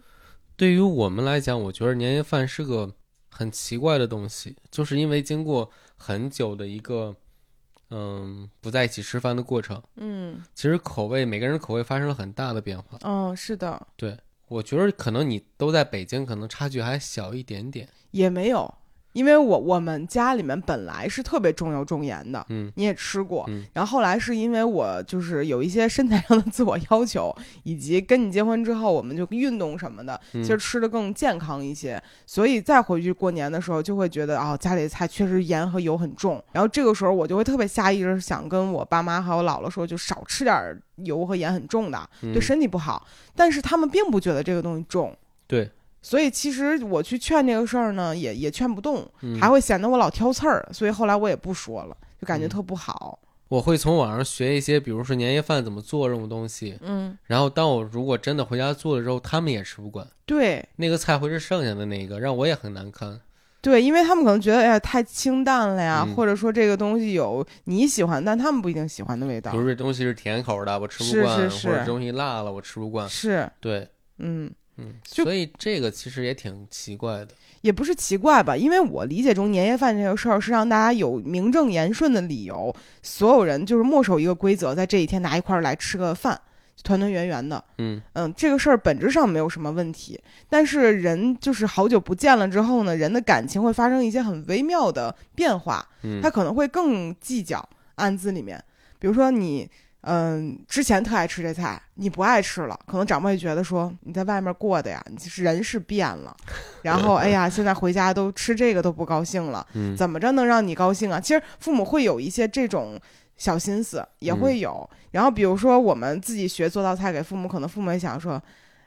Speaker 2: 对于我们来讲，我觉得年夜饭是个很奇怪的东西，就是因为经过很久的一个嗯不在一起吃饭的过程，
Speaker 1: 嗯
Speaker 2: 其实口味每个人口味发生了很大的变化。
Speaker 1: 哦，是的，
Speaker 2: 对我觉得可能你都在北京，可能差距还小一点点。
Speaker 1: 也没有。因为我我们家里面本来是特别重油重盐的，
Speaker 2: 嗯，
Speaker 1: 你也吃过，
Speaker 2: 嗯
Speaker 1: 然后后来是因为我就是有一些身材上的自我要求，以及跟你结婚之后，我们就运动什么的，
Speaker 2: 嗯
Speaker 1: 其实吃的更健康一些，所以再回去过年的时候就会觉得啊、家里的菜确实盐和油很重，然后这个时候我就会特别下意识想跟我爸妈还有我姥姥说，就少吃点儿油和盐很重的，
Speaker 2: 嗯
Speaker 1: 对身体不好，但是他们并不觉得这个东西重。
Speaker 2: 对，
Speaker 1: 所以其实我去劝这个事儿呢，也也劝不动，
Speaker 2: 嗯
Speaker 1: 还会显得我老挑刺儿，所以后来我也不说了，就感觉
Speaker 2: 嗯
Speaker 1: 特不好。
Speaker 2: 我会从网上学一些，比如说年夜饭怎么做这种东西，
Speaker 1: 嗯，
Speaker 2: 然后当我如果真的回家做了之后，他们也吃不惯，
Speaker 1: 对
Speaker 2: 那个菜会是剩下的那个，让我也很难堪。
Speaker 1: 对，因为他们可能觉得哎呀太清淡了呀，
Speaker 2: 嗯
Speaker 1: 或者说这个东西有你喜欢，但他们不一定喜欢的味道
Speaker 2: 比。如这东西是甜口的，我吃
Speaker 1: 是
Speaker 2: 不惯；
Speaker 1: 是是
Speaker 2: 或者这东西辣了，我吃不惯。
Speaker 1: 是，
Speaker 2: 对，
Speaker 1: 嗯，
Speaker 2: 嗯，
Speaker 1: 就
Speaker 2: 所以这个其实也挺奇怪的。
Speaker 1: 也不是奇怪吧，因为我理解中年夜饭这个事儿是让大家有名正言顺的理由，所有人就是墨守一个规则，在这一天拿一块儿来吃个饭，团团圆圆的。
Speaker 2: 嗯，
Speaker 1: 嗯，这个事儿本质上没有什么问题，但是人就是好久不见了之后呢，人的感情会发生一些很微妙的变化，
Speaker 2: 嗯
Speaker 1: 他可能会更计较暗自里面，比如说你。嗯，之前特爱吃这菜，你不爱吃了，可能长辈觉得说你在外面过的呀，你是人是变了，然后哎呀，现在回家都吃这个都不高兴了，
Speaker 2: 嗯
Speaker 1: 怎么着能让你高兴啊？其实父母会有一些这种小心思，也
Speaker 2: 嗯
Speaker 1: 会有。然后比如说我们自己学做道菜给父母，可能父母也想说。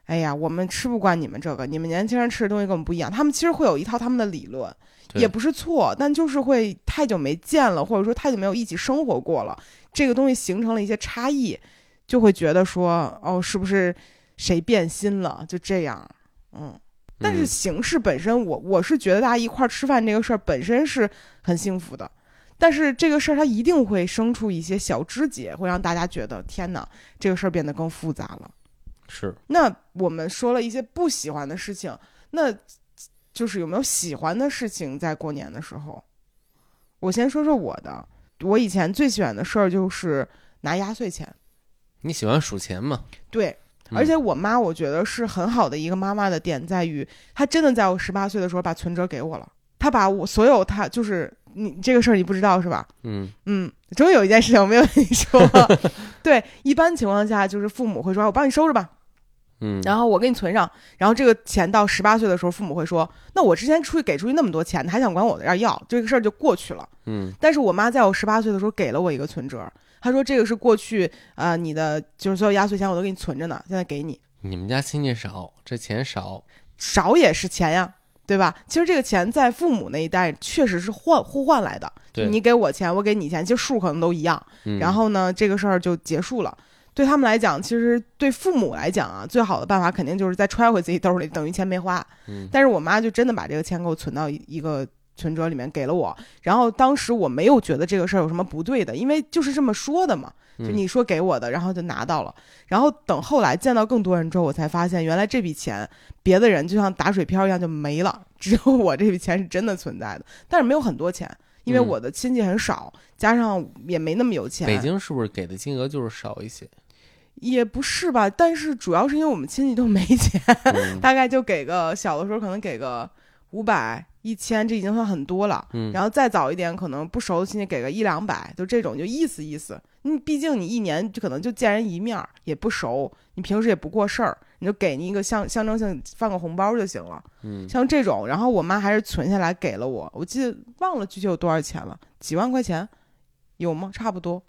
Speaker 1: 哎呀，我们吃不惯你们这个，你们年轻人吃的东西跟我们不一样。他们其实会有一套他们的理论，
Speaker 2: 对
Speaker 1: 也不是错，但就是会太久没见了，或者说太久没有一起生活过了，这个东西形成了一些差异，就会觉得说，哦，是不是谁变心了？就这样，嗯。但是
Speaker 2: 嗯
Speaker 1: 形式本身我，我是觉得大家一块儿吃饭这个事儿本身是很幸福的，但是这个事儿它一定会生出一些小枝节，会让大家觉得天哪，这个事儿变得更复杂了。
Speaker 2: 是
Speaker 1: 那我们说了一些不喜欢的事情，那就是有没有喜欢的事情在过年的时候？我先说说我的，我以前最喜欢的事儿就是拿压岁钱，
Speaker 2: 你喜欢数钱嘛？
Speaker 1: 对，
Speaker 2: 嗯
Speaker 1: 而且我妈，我觉得是很好的一个妈妈的点在于，她真的在我十八岁的时候把存折给我了，她把我所有她就是你这个事儿你不知道是吧？
Speaker 2: 嗯
Speaker 1: 嗯，终于有一件事情我没有跟你说，
Speaker 2: [laughs]
Speaker 1: 对，一般情况下就是父母会说，我帮你收着吧，
Speaker 2: 嗯，
Speaker 1: 然后我给你存上，然后这个钱到十八岁的时候，父母会说，那我之前出去给出去那么多钱，你还想管我要要，这个事儿就过去了。
Speaker 2: 嗯
Speaker 1: 但是我妈在我十八岁的时候给了我一个存折，她说这个是过去啊、呃你的就是所有压岁钱我都给你存着呢，现在给你。
Speaker 2: 你们家亲戚少，这钱少，
Speaker 1: 少也是钱呀，对吧？其实这个钱在父母那一代确实是换互换来的，
Speaker 2: 对，
Speaker 1: 你给我钱，我给你钱，其实数可能都一样。
Speaker 2: 嗯
Speaker 1: 然后呢，这个事儿就结束了。对他们来讲，其实对父母来讲啊，最好的办法肯定就是再揣回自己兜里，等于钱没花。
Speaker 2: 嗯
Speaker 1: 但是我妈就真的把这个钱给我存到一一个存折里面给了我，然后当时我没有觉得这个事儿有什么不对的，因为就是这么说的嘛，就
Speaker 2: 嗯
Speaker 1: 你说给我的，然后就拿到了，然后等后来见到更多人之后，我才发现原来这笔钱别的人就像打水漂一样就没了，只有我这笔钱是真的存在的，但是没有很多钱。因为
Speaker 2: 嗯
Speaker 1: 我的亲戚很少，加上也没那么有钱，
Speaker 2: 北京是不是给的金额就是少一些？
Speaker 1: 也不是吧？但是主要是因为我们亲戚都没钱，
Speaker 2: 嗯
Speaker 1: [laughs] 大概就给个小的时候可能给个五百、一千，这已经算很多了。
Speaker 2: 嗯
Speaker 1: 然后再早一点，可能不熟的亲戚给个一两百，就这种就意思意思。你毕竟你一年就可能就见人一面儿，也不熟，你平时也不过事儿，你就给你一个象象征性放个红包就行了。
Speaker 2: 嗯
Speaker 1: 像这种，然后我妈还是存下来给了我，我记得忘了具体有多少钱了，几万块钱有吗？差不多。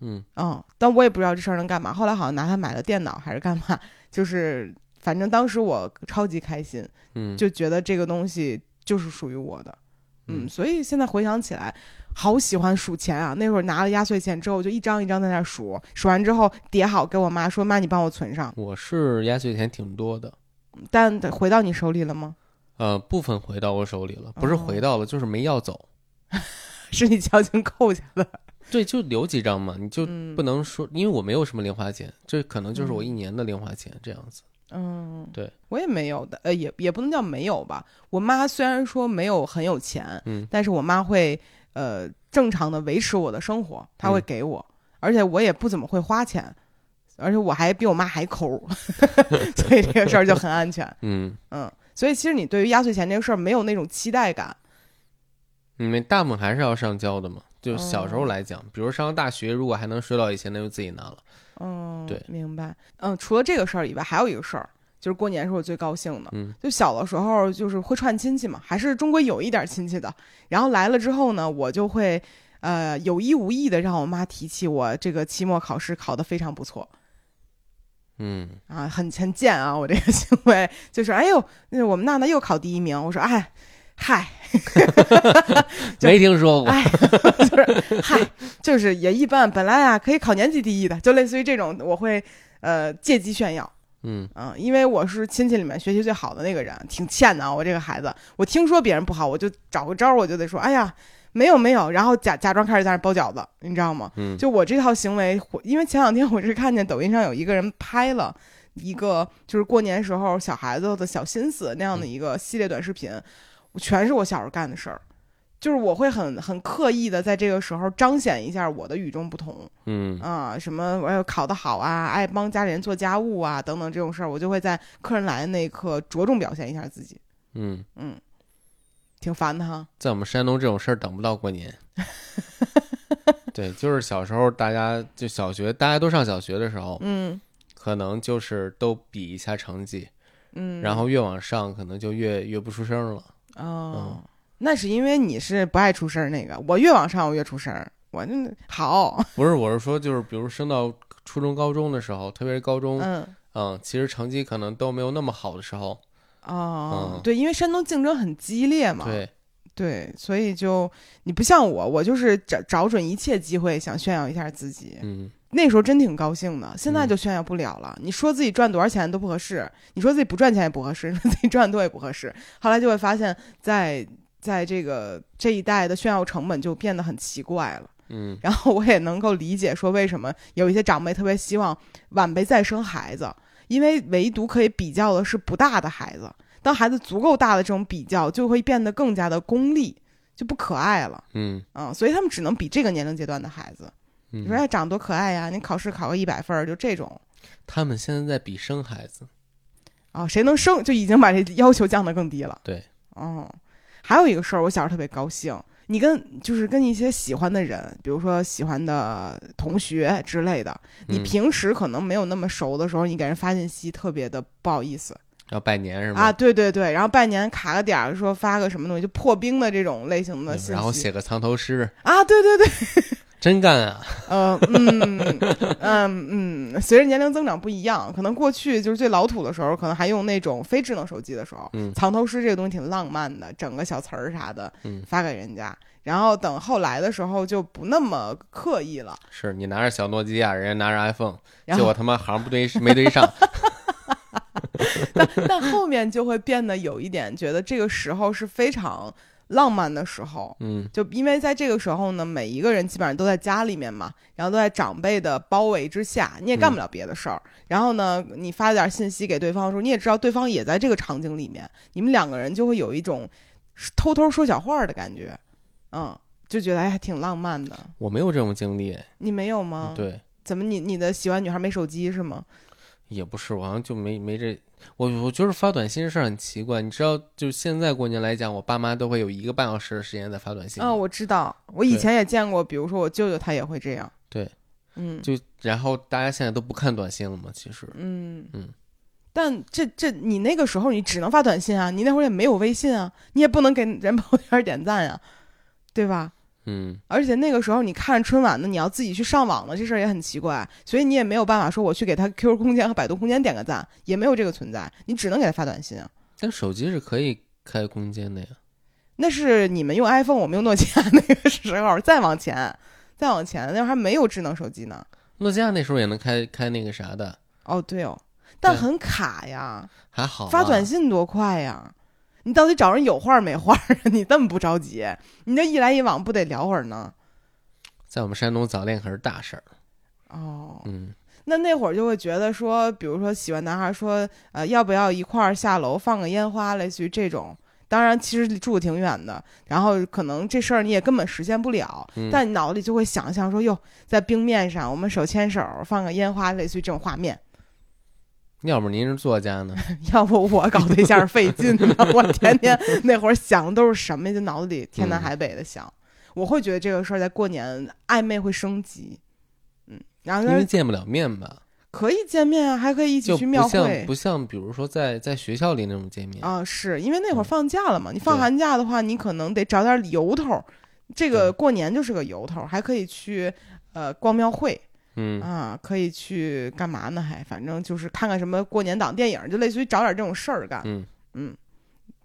Speaker 2: 嗯
Speaker 1: 嗯，但我也不知道这事儿能干嘛。后来好像拿它买了电脑还是干嘛，就是反正当时我超级开心，
Speaker 2: 嗯，
Speaker 1: 就觉得这个东西就是属于我的。嗯，
Speaker 2: 嗯
Speaker 1: 所以现在回想起来，好喜欢数钱啊！那会儿拿了压岁钱之后，就一张一张在那儿数，数完之后叠好给我妈说：“妈，你帮我存上。
Speaker 2: 我是压岁钱挺多的，”
Speaker 1: 但回到你手里了吗？ [laughs]
Speaker 2: 呃，部分回到我手里了，不
Speaker 1: 哦
Speaker 2: 是回到了，就是没要走。
Speaker 1: 是你矫情扣下的。
Speaker 2: 对，就留几张嘛，你就
Speaker 1: 嗯
Speaker 2: 不能说，因为我没有什么零花钱，这可能就是我一年的零花钱这样子。
Speaker 1: 嗯，
Speaker 2: 对，
Speaker 1: 我也没有的，呃，也也不能叫没有吧。我妈虽然说没有很有钱，
Speaker 2: 嗯
Speaker 1: 但是我妈会呃正常的维持我的生活，她会
Speaker 2: 嗯
Speaker 1: 给我，而且我也不怎么会花钱，而且我还比我妈还抠， [laughs] 所以这个事儿就很安全。 [laughs]
Speaker 2: 嗯，
Speaker 1: 嗯，所以其实你对于压岁钱这个事儿没有那种期待感，
Speaker 2: 你们大部分还是要上交的嘛。就
Speaker 1: 哦
Speaker 2: 小时候来讲，比如上大学，如果还能收到一些，那就自己拿了。
Speaker 1: 嗯，
Speaker 2: 对
Speaker 1: 明白。嗯，除了这个事儿以外，还有一个事儿，就是过年是我最高兴的。
Speaker 2: 嗯，
Speaker 1: 就小的时候就是会串亲戚嘛，还是终归有一点亲戚的。然后来了之后呢，我就会呃有意无意的让我妈提起我这个期末考试考得非常不错。
Speaker 2: 嗯，
Speaker 1: 啊，很很贱啊！我这个行为就是，哎呦，那我们娜娜又考第一名。我说，哎，嗨，嗯就
Speaker 2: 没听说过。
Speaker 1: 哎，就是嗨，就是也一般。本来啊，可以考年级第一的，就类似于这种，我会呃借机炫耀。
Speaker 2: 嗯
Speaker 1: 嗯，因为我是亲戚里面学习最好的那个人，挺欠的啊。我这个孩子，我听说别人不好，我就找个招儿，我就得说，哎呀，没有没有，然后假假装开始在那儿包饺子，你知道吗？
Speaker 2: 嗯，
Speaker 1: 就我这套行为，我因为前两天我是看见抖音上有一个人拍了一个就是过年时候小孩子的小心思那
Speaker 2: 嗯
Speaker 1: 样的一个系列短视频，我全是我小时候干的事儿，就是我会很很刻意的在这个时候彰显一下我的与众不同
Speaker 2: 嗯
Speaker 1: 啊、什么我要考得好啊，爱帮家里人做家务啊等等这种事儿，我就会在客人来的那一刻着重表现一下自己，
Speaker 2: 嗯，
Speaker 1: 嗯，挺烦的哈，
Speaker 2: 在我们山东这种事儿等不到过年。
Speaker 1: [laughs]
Speaker 2: 对，就是小时候大家就小学，大家都上小学的时候，
Speaker 1: 嗯
Speaker 2: 可能就是都比一下成绩，
Speaker 1: 嗯，
Speaker 2: 然后越往上可能就越越不出声了。嗯
Speaker 1: 哦，那是因为你是不爱出声儿那个，我越往上我越出声儿，我那好，
Speaker 2: 不是，我是说，就是比如升到初中、高中的时候，特别是高中，嗯
Speaker 1: 嗯，
Speaker 2: 其实成绩可能都没有那么好的时候，
Speaker 1: 哦，
Speaker 2: 嗯
Speaker 1: 对，因为山东竞争很激烈嘛，
Speaker 2: 对，
Speaker 1: 对所以就你不像我，我就是找找准一切机会想炫耀一下自己，
Speaker 2: 嗯
Speaker 1: 那时候真挺高兴的，现在就炫耀不了了。你说自己赚多少钱都不合适，你说自己不赚钱也不合适，你 [laughs] 说自己赚多也不合适。后来就会发现在，在这个这一代的炫耀成本就变得很奇怪了。
Speaker 2: 嗯
Speaker 1: 然后我也能够理解说为什么有一些长辈特别希望晚辈再生孩子，因为唯独可以比较的是不大的孩子。当孩子足够大的这种比较，就会变得更加的功利，就不可爱了
Speaker 2: 嗯
Speaker 1: 啊、所以他们只能比这个年龄阶段的孩子。你说
Speaker 2: 嗯，
Speaker 1: 他长多可爱呀！你考试考个一百分儿，就这种
Speaker 2: 他们现在在比生孩子，
Speaker 1: 啊、谁能生就已经把这要求降得更低了。
Speaker 2: 对，
Speaker 1: 哦，还有一个事儿，我小时候特别高兴，你跟就是跟一些喜欢的人，比如说喜欢的同学之类的，你
Speaker 2: 嗯
Speaker 1: 平时可能没有那么熟的时候，你给人发信息特别的不好意思
Speaker 2: 要拜年是吗？
Speaker 1: 啊，对对对，然后拜年卡个点儿，说发个什么东西就破冰的这种类型的
Speaker 2: 嗯
Speaker 1: 信息，
Speaker 2: 然后写个藏头诗，
Speaker 1: 啊，对对对，
Speaker 2: 真干啊！
Speaker 1: 呃嗯 [laughs] 嗯嗯，随着年龄增长不一样，可能过去就是最老土的时候，可能还用那种非智能手机的时候，
Speaker 2: 嗯
Speaker 1: 藏头诗这个东西挺浪漫的，整个小词儿啥的
Speaker 2: 嗯，
Speaker 1: 发给人家。然后等后来的时候就不那么刻意了，
Speaker 2: 是你拿着小诺基亚，人家拿着 iPhone，
Speaker 1: 然
Speaker 2: 结
Speaker 1: 后
Speaker 2: 果他妈行不对，没
Speaker 1: [laughs]
Speaker 2: 对上。
Speaker 1: 但后面就会变得有一点觉得这个时候是非常浪漫的时候，
Speaker 2: 嗯
Speaker 1: 就因为在这个时候呢，每一个人基本上都在家里面嘛，然后都在长辈的包围之下，你也干不了别的事儿。然后呢，你发点信息给对方的时候，你也知道对方也在这个场景里面，你们两个人就会有一种偷偷说小话的感觉，嗯，就觉得哎还挺浪漫的。
Speaker 2: 我没有这种经历，
Speaker 1: 你没有吗？，
Speaker 2: 嗯对，
Speaker 1: 怎么你你的喜欢女孩没手机是吗？
Speaker 2: 也不是，我好像就没没这，我我就是发短信的事儿很奇怪，你知道，就现在过年来讲，我爸妈都会有一个半小时的时间在发短信，
Speaker 1: 啊、我知道，我以
Speaker 2: 对
Speaker 1: 前也见过，比如说我舅舅他也会这样。
Speaker 2: 对，
Speaker 1: 嗯，
Speaker 2: 就然后大家现在都不看短信了嘛，其实，
Speaker 1: 嗯
Speaker 2: 嗯，
Speaker 1: 但这这你那个时候你只能发短信啊，你那会儿也没有微信啊，你也不能给人朋友圈点赞啊，对吧？
Speaker 2: 嗯
Speaker 1: 而且那个时候你看春晚呢，你要自己去上网了，这事儿也很奇怪，所以你也没有办法说我去给他 QQ 空间和百度空间点个赞，也没有这个存在，你只能给他发短信啊。
Speaker 2: 但手机是可以开空间的呀，
Speaker 1: 那是你们用 iPhone，我们用诺基亚那个时候，再往前，再往前，那会儿还没有智能手机呢。
Speaker 2: 诺基亚那时候也能开开那个啥的，
Speaker 1: 哦，对哦，但
Speaker 2: 对
Speaker 1: 很卡呀。
Speaker 2: 还好、啊、
Speaker 1: 发短，信多快呀！你到底找人有话儿没话儿啊？ [laughs] 你这么不着急，你这一来一往不得聊会儿呢？
Speaker 2: 在我们山东早恋可是大事儿，
Speaker 1: 哦，
Speaker 2: 嗯
Speaker 1: 那那会儿就会觉得说，比如说喜欢男孩说，呃，要不要一块儿下楼放个烟花，类似于这种。当然，其实住得挺远的，然后可能这事儿你也根本实现不了，
Speaker 2: 嗯
Speaker 1: 但你脑子里就会想象说，哟，在冰面上我们手牵手放个烟花，类似于这种画面。
Speaker 2: 要不您是作
Speaker 1: [laughs]
Speaker 2: 家呢？
Speaker 1: 要不我搞对象费劲呢，我天
Speaker 2: [laughs]
Speaker 1: 天那会儿想的都是什么呀？就脑子里天
Speaker 2: 嗯
Speaker 1: 南海北的想。我会觉得这个事儿在过年暧昧会升级，嗯，然后
Speaker 2: 因
Speaker 1: 就
Speaker 2: 为
Speaker 1: 是
Speaker 2: 见不了面吧，
Speaker 1: 可以见面啊，还可以一起
Speaker 2: 就
Speaker 1: 去
Speaker 2: 不
Speaker 1: 庙
Speaker 2: 像
Speaker 1: 会
Speaker 2: 不像比如说在在学校里那种见面，
Speaker 1: 啊。是因为那会儿
Speaker 2: 嗯
Speaker 1: 放假了嘛？你放
Speaker 2: 对
Speaker 1: 寒假的话，你可能得找点由头。这
Speaker 2: 对
Speaker 1: 个过年就是个由头，还可以去呃逛庙会
Speaker 2: 嗯，
Speaker 1: 啊，可以去干嘛呢？还反正就是看看什么过年档电影，就类似于找点这种事儿干。
Speaker 2: 嗯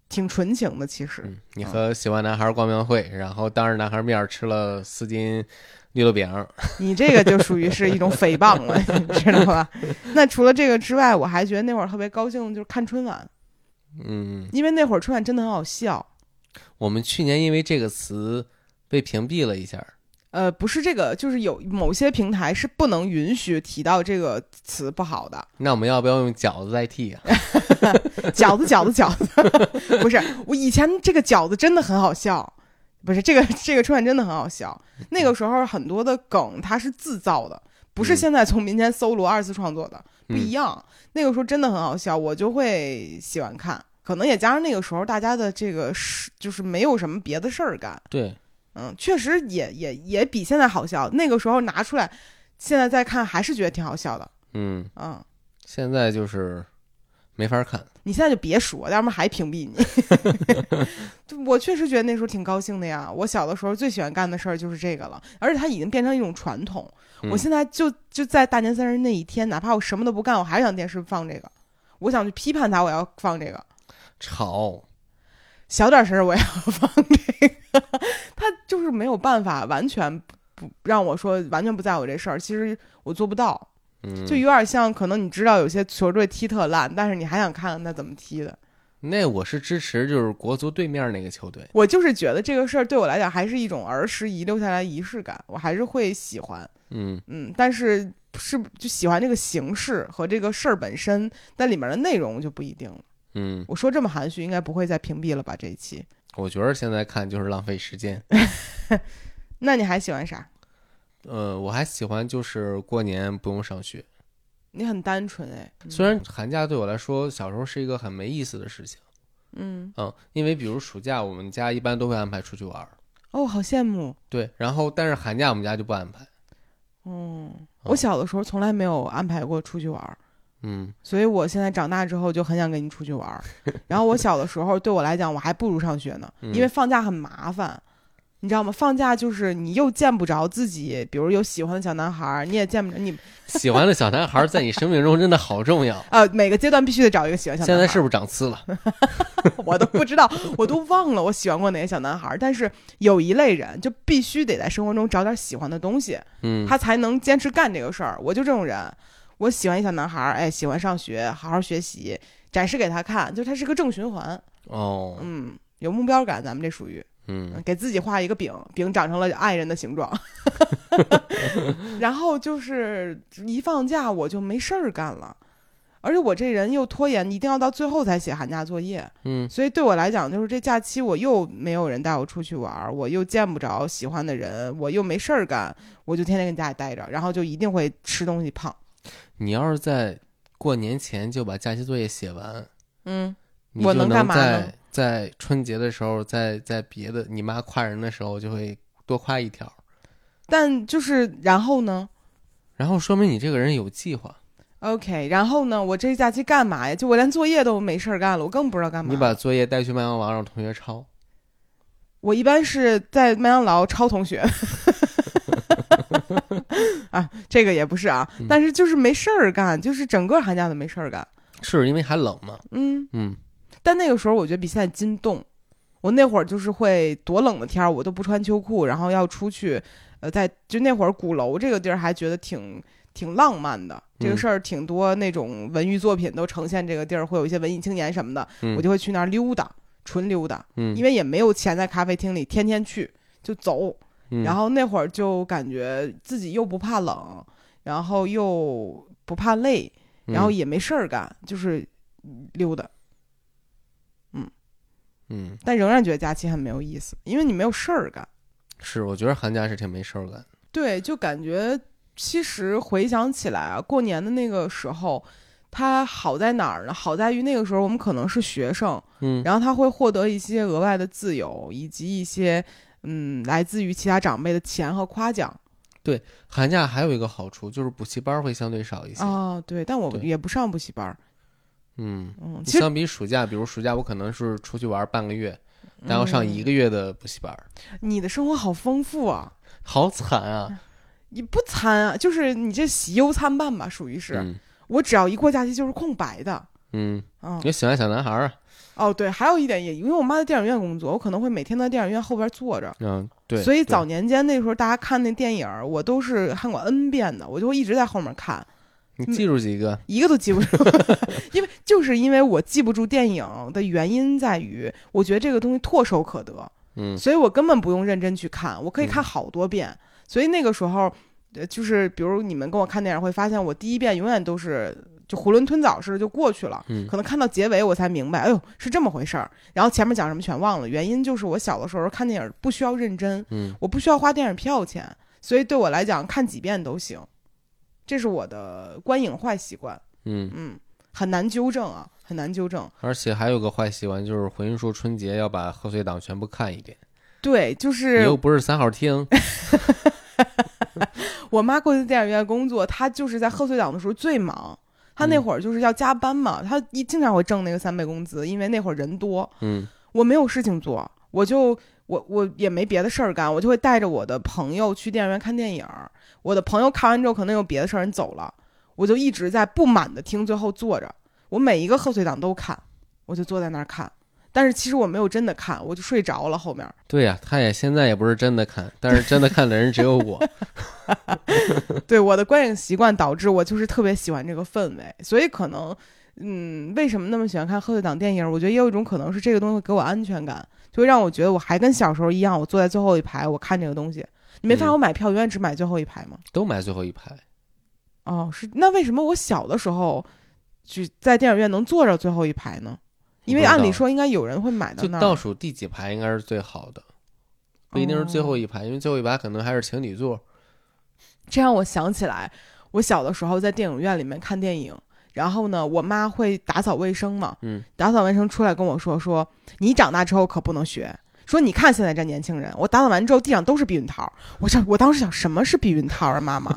Speaker 1: 挺纯情的，其实。
Speaker 2: 嗯，你和喜欢男孩逛庙会，然后当着男孩面吃了四斤绿豆饼，
Speaker 1: 你这个就属于是一种诽谤了， [laughs] 你知道吧？那除了这个之外，我还觉得那会儿特别高兴，就是看春晚，
Speaker 2: 嗯，
Speaker 1: 因为那会儿春晚真的很好笑。
Speaker 2: 我们去年因为这个词被屏蔽了一下，
Speaker 1: 呃，不是这个，就是有某些平台是不能允许提到这个词不好的。
Speaker 2: 那我们要不要用饺子代替啊？
Speaker 1: 饺子，饺子，饺子， [laughs] 不是我以前这个饺子真的很好笑，不是这个这个春晚真的很好笑。那个时候很多的梗它是自造的，不是
Speaker 2: 嗯
Speaker 1: 现在从民间搜罗二次创作的。 [laughs] 不一
Speaker 2: 嗯，
Speaker 1: 样。那个时候真的很好笑，我就会喜欢看。可能也加上那个时候大家的这个是就是没有什么别的事儿干，
Speaker 2: 对，
Speaker 1: 嗯，确实也也也比现在好笑。那个时候拿出来，现在再看还是觉得挺好笑的，
Speaker 2: 嗯，
Speaker 1: 嗯。
Speaker 2: 现在就是没法看，
Speaker 1: 你现在就别说，要不然还屏蔽你。 [laughs] 对我确实觉得那时候挺高兴的呀。我小的时候最喜欢干的事儿就是这个了，而且它已经变成一种传统。
Speaker 2: 嗯
Speaker 1: 我现在就就在大年三十那一天，哪怕我什么都不干，我还是想电视放这个，我想去批判它，我要放这个。
Speaker 2: 吵，
Speaker 1: 小点声，我也要 [laughs] 放这个。他就是没有办法完全不不让我说完全不在乎这事儿，其实我做不到，
Speaker 2: 嗯，
Speaker 1: 就有点像可能你知道有些球队踢特烂，但是你还想看看他怎么踢的。
Speaker 2: 那我是支持就是国足对面那个球队，
Speaker 1: 我就是觉得这个事儿对我来讲还是一种儿时遗留下来的仪式感，我还是会喜欢，
Speaker 2: 嗯
Speaker 1: 嗯，但是是就喜欢这个形式和这个事儿本身，但里面的内容就不一定了。
Speaker 2: 嗯，
Speaker 1: 我说这么含蓄，应该不会再屏蔽了吧？这一期，
Speaker 2: 我觉得现在看就是浪费时间。
Speaker 1: 那你还喜欢啥？
Speaker 2: 呃，我还喜欢就是过年不用上学，
Speaker 1: 你很单纯哎，嗯
Speaker 2: 虽然寒假对我来说小时候是一个很没意思的事情，
Speaker 1: 嗯，
Speaker 2: 嗯，因为比如暑假我们家一般都会安排出去玩儿，
Speaker 1: 哦，好羡慕，
Speaker 2: 对，然后但是寒假我们家就不安排，
Speaker 1: 嗯，
Speaker 2: 哦
Speaker 1: 我小的时候从来没有安排过出去玩儿。
Speaker 2: 嗯
Speaker 1: 所以我现在长大之后就很想跟你出去玩
Speaker 2: [laughs]
Speaker 1: 儿。然后我小的时候对我来讲，我还不如上学呢，
Speaker 2: 嗯
Speaker 1: 因为放假很麻烦，你知道吗？放假就是你又见不着自己，比如有喜欢的小男孩儿，你也见不着你。。
Speaker 2: 喜欢的小男孩儿在你生命中真的好重要
Speaker 1: [laughs] 呃，每个阶段必须得找一个喜欢小男
Speaker 2: 现
Speaker 1: 孩儿。
Speaker 2: 在是不是长刺了？
Speaker 1: [laughs] 我都不知道，我都忘了我喜欢过哪些小男孩儿。但是有一类人就必须得在生活中找点喜欢的东西，
Speaker 2: 嗯，
Speaker 1: 他才能坚持干这个事儿。我就这种人，我喜欢一小男孩儿，哎，喜欢上学，好好学习，展示给他看，就他是个正循环。
Speaker 2: 哦，
Speaker 1: 嗯，有目标感，咱们这属于
Speaker 2: 嗯
Speaker 1: 给自己画一个饼，饼长成了爱人的形状。 [laughs] 然后就是一放假我就没事儿干了，而且我这人又拖延，一定要到最后才写寒假作业，
Speaker 2: 嗯
Speaker 1: 所以对我来讲就是这假期我又没有人带我出去玩儿，我又见不着喜欢的人，我又没事儿干，我就天天跟家里待着，然后就一定会吃东西胖。
Speaker 2: 你要是在过年前就把假期作业写完，
Speaker 1: 嗯，
Speaker 2: 你
Speaker 1: 我
Speaker 2: 就
Speaker 1: 能干嘛呢
Speaker 2: 在在春节的时候，在在别的你妈夸人的时候就会多夸一条，
Speaker 1: 但就是然后呢？
Speaker 2: 然后说明你这个人有计划。
Speaker 1: OK，然后呢，我这假期干嘛呀？就我连作业都没事儿干了，我更不知道干嘛。
Speaker 2: 你把作业带去麦当劳让同学抄，
Speaker 1: 我一般是在麦当劳抄
Speaker 2: [laughs]
Speaker 1: 同学，啊，这个也不是啊，
Speaker 2: 嗯
Speaker 1: 但是就是没事儿干，就是整个寒假都没事儿干。
Speaker 2: 是因为还冷嘛？
Speaker 1: 嗯，
Speaker 2: 嗯
Speaker 1: 但那个时候我觉得比现在筋动。我那会儿就是会多冷的天儿，我都不穿秋裤，然后要出去，呃，在就那会儿鼓楼这个地儿还觉得挺挺浪漫的，这个
Speaker 2: 嗯
Speaker 1: 事儿挺多那种文娱作品都呈现这个地儿，会有一些文艺青年什么的，
Speaker 2: 嗯
Speaker 1: 我就会去那儿溜达，纯溜达，
Speaker 2: 嗯，
Speaker 1: 因
Speaker 2: 为
Speaker 1: 为也没有钱在咖啡厅里天天去，就走。然
Speaker 2: 后
Speaker 1: 后那会儿就感觉自己又不怕冷，然后又不怕累，然后也没事儿干，就是溜达。
Speaker 2: 嗯
Speaker 1: 但仍然觉得假期很没有意思，因为你没有事儿干。
Speaker 2: 是，我觉得寒假是挺没事儿干的。
Speaker 1: 对，就感觉其实回想起来啊，过年的那个时候，它好在哪儿呢？好在于那个时候我们可能是学生，
Speaker 2: 嗯
Speaker 1: 然后他会获得一些额外的自由，以及一些嗯来自于其他长辈的钱和夸奖
Speaker 2: 寒假还有一个好处就是补习班会相对少一些。
Speaker 1: 啊、对，但我
Speaker 2: 对
Speaker 1: 也不上补习班儿，
Speaker 2: 嗯，
Speaker 1: 嗯，其实
Speaker 2: 相比暑假，比如暑假我可能是出去玩半个月，但要上
Speaker 1: 嗯
Speaker 2: 一个月的补习班，
Speaker 1: 你的生活好丰富啊，
Speaker 2: 好惨啊！
Speaker 1: 你不参啊，就是你这喜忧参半吧，属于是、
Speaker 2: 嗯
Speaker 1: 我只要一过假期就是空白的。
Speaker 2: 嗯，
Speaker 1: 嗯
Speaker 2: 你，喜欢小男孩啊？
Speaker 1: 哦，对，还有一点也，因为我妈在电影院工作，我可能会每天在电影院后边坐着，
Speaker 2: 嗯，对。
Speaker 1: 所以
Speaker 2: 对
Speaker 1: 早年间那时候大家看那电影儿，我都是看过 N 遍的，我就会一直在后面看。
Speaker 2: 你
Speaker 1: 嗯
Speaker 2: 记住几个？
Speaker 1: 一个都记不住， [laughs] 因为就是因为我记不住电影的原因在于，我觉得这个东西唾手可得，
Speaker 2: 嗯
Speaker 1: 所以我根本不用认真去看，我可以看好多遍。所以那个时候，呃，就是比如你们跟我看电影，会发现我第一遍永远都是就囫囵吞枣似的就过去了，
Speaker 2: 嗯
Speaker 1: 可能看到结尾我才明白，哎呦是这么回事儿，然后前面讲什么全忘了。原因就是我小的时候看电影不需要认真，
Speaker 2: 嗯，
Speaker 1: 我不需要花电影票钱，所以对我来讲看几遍都行，这是我的观影坏习惯。
Speaker 2: 嗯，
Speaker 1: 嗯，很难纠正啊，很难纠正。
Speaker 2: 而且还有个坏习惯，就是回音树春节要把贺岁档全部看一遍。
Speaker 1: 对，就
Speaker 2: 你
Speaker 1: 是
Speaker 2: 又不是三
Speaker 1: [laughs]
Speaker 2: 好听，
Speaker 1: 我妈过去电影院工作，她就是在贺岁档的时候最忙。她那
Speaker 2: 嗯
Speaker 1: 会儿就是要加班嘛，她一经常会挣那个三倍工资，因为那会儿人多，
Speaker 2: 嗯
Speaker 1: 我没有事情做，我就我我也没别的事儿干，我就会带着我的朋友去电影院看电影儿。我的朋友看完之后可能有别的事儿人走了，我就一直在不满的听，最后坐着。我每一个贺岁档都看，我就坐在那儿看，但是其实我没有真的看，我就睡着了后面。
Speaker 2: 对呀、他也现在也不是真的看，但是真的看的人只有我。
Speaker 1: 对我的观影习惯导致我就是特别喜欢这个氛围，所以可能，嗯，为什么那么喜欢看贺岁档电影？我觉得也有一种可能是这个东西给我安全感，就会让我觉得我还跟小时候一样，我坐在最后一排，我看这个东西。你没发现
Speaker 2: 嗯
Speaker 1: 我买票永远只买最后一排吗？
Speaker 2: 都买最后一排，
Speaker 1: 哦，是那为什么我小的时候就在电影院能坐着最后一排呢？因为
Speaker 2: 不知道
Speaker 1: 按理说应该有人会买到 [laughs]
Speaker 2: 就
Speaker 1: 那
Speaker 2: 倒
Speaker 1: 儿，
Speaker 2: 数第几排应该是最好的，不一定是最后
Speaker 1: 一。
Speaker 2: 一排，因为最后一排可能还是情侣座。
Speaker 1: 这让我想起来，我小的时候在电影院里面看电影，然后呢，我妈会打扫卫生嘛，
Speaker 2: 嗯，
Speaker 1: 打扫卫生出来跟我说说，你长大之后可不能学。说你看现在这年轻人，我打扫完之后地上都是避孕套，我这我当时想什么是避孕套啊，妈 [laughs] 妈，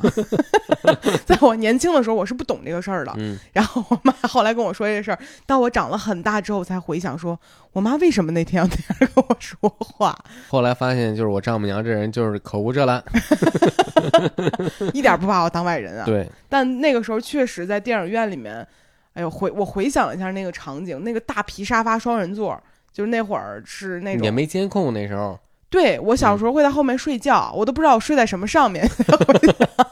Speaker 1: 在我年轻的时候我是不懂这个事儿的，
Speaker 2: 嗯，
Speaker 1: 然后我妈后来跟我说这事儿，到我长了很大之后才回想说，我妈为什么那天要那样跟我说话，
Speaker 2: 后来发现就是我丈母娘这人就是口无遮拦。
Speaker 1: 一点不把我当外人啊。
Speaker 2: 对，
Speaker 1: 但那个时候确实在电影院里面，哎呦，回我回想了一下那个场景，那个大皮沙发双人座，就是那会儿是那
Speaker 2: 也
Speaker 1: 种。啊
Speaker 2: 没监控那时候。
Speaker 1: 对我小时候会在后面睡觉，
Speaker 2: 嗯
Speaker 1: 我都不知道我睡在什么上面。 [laughs]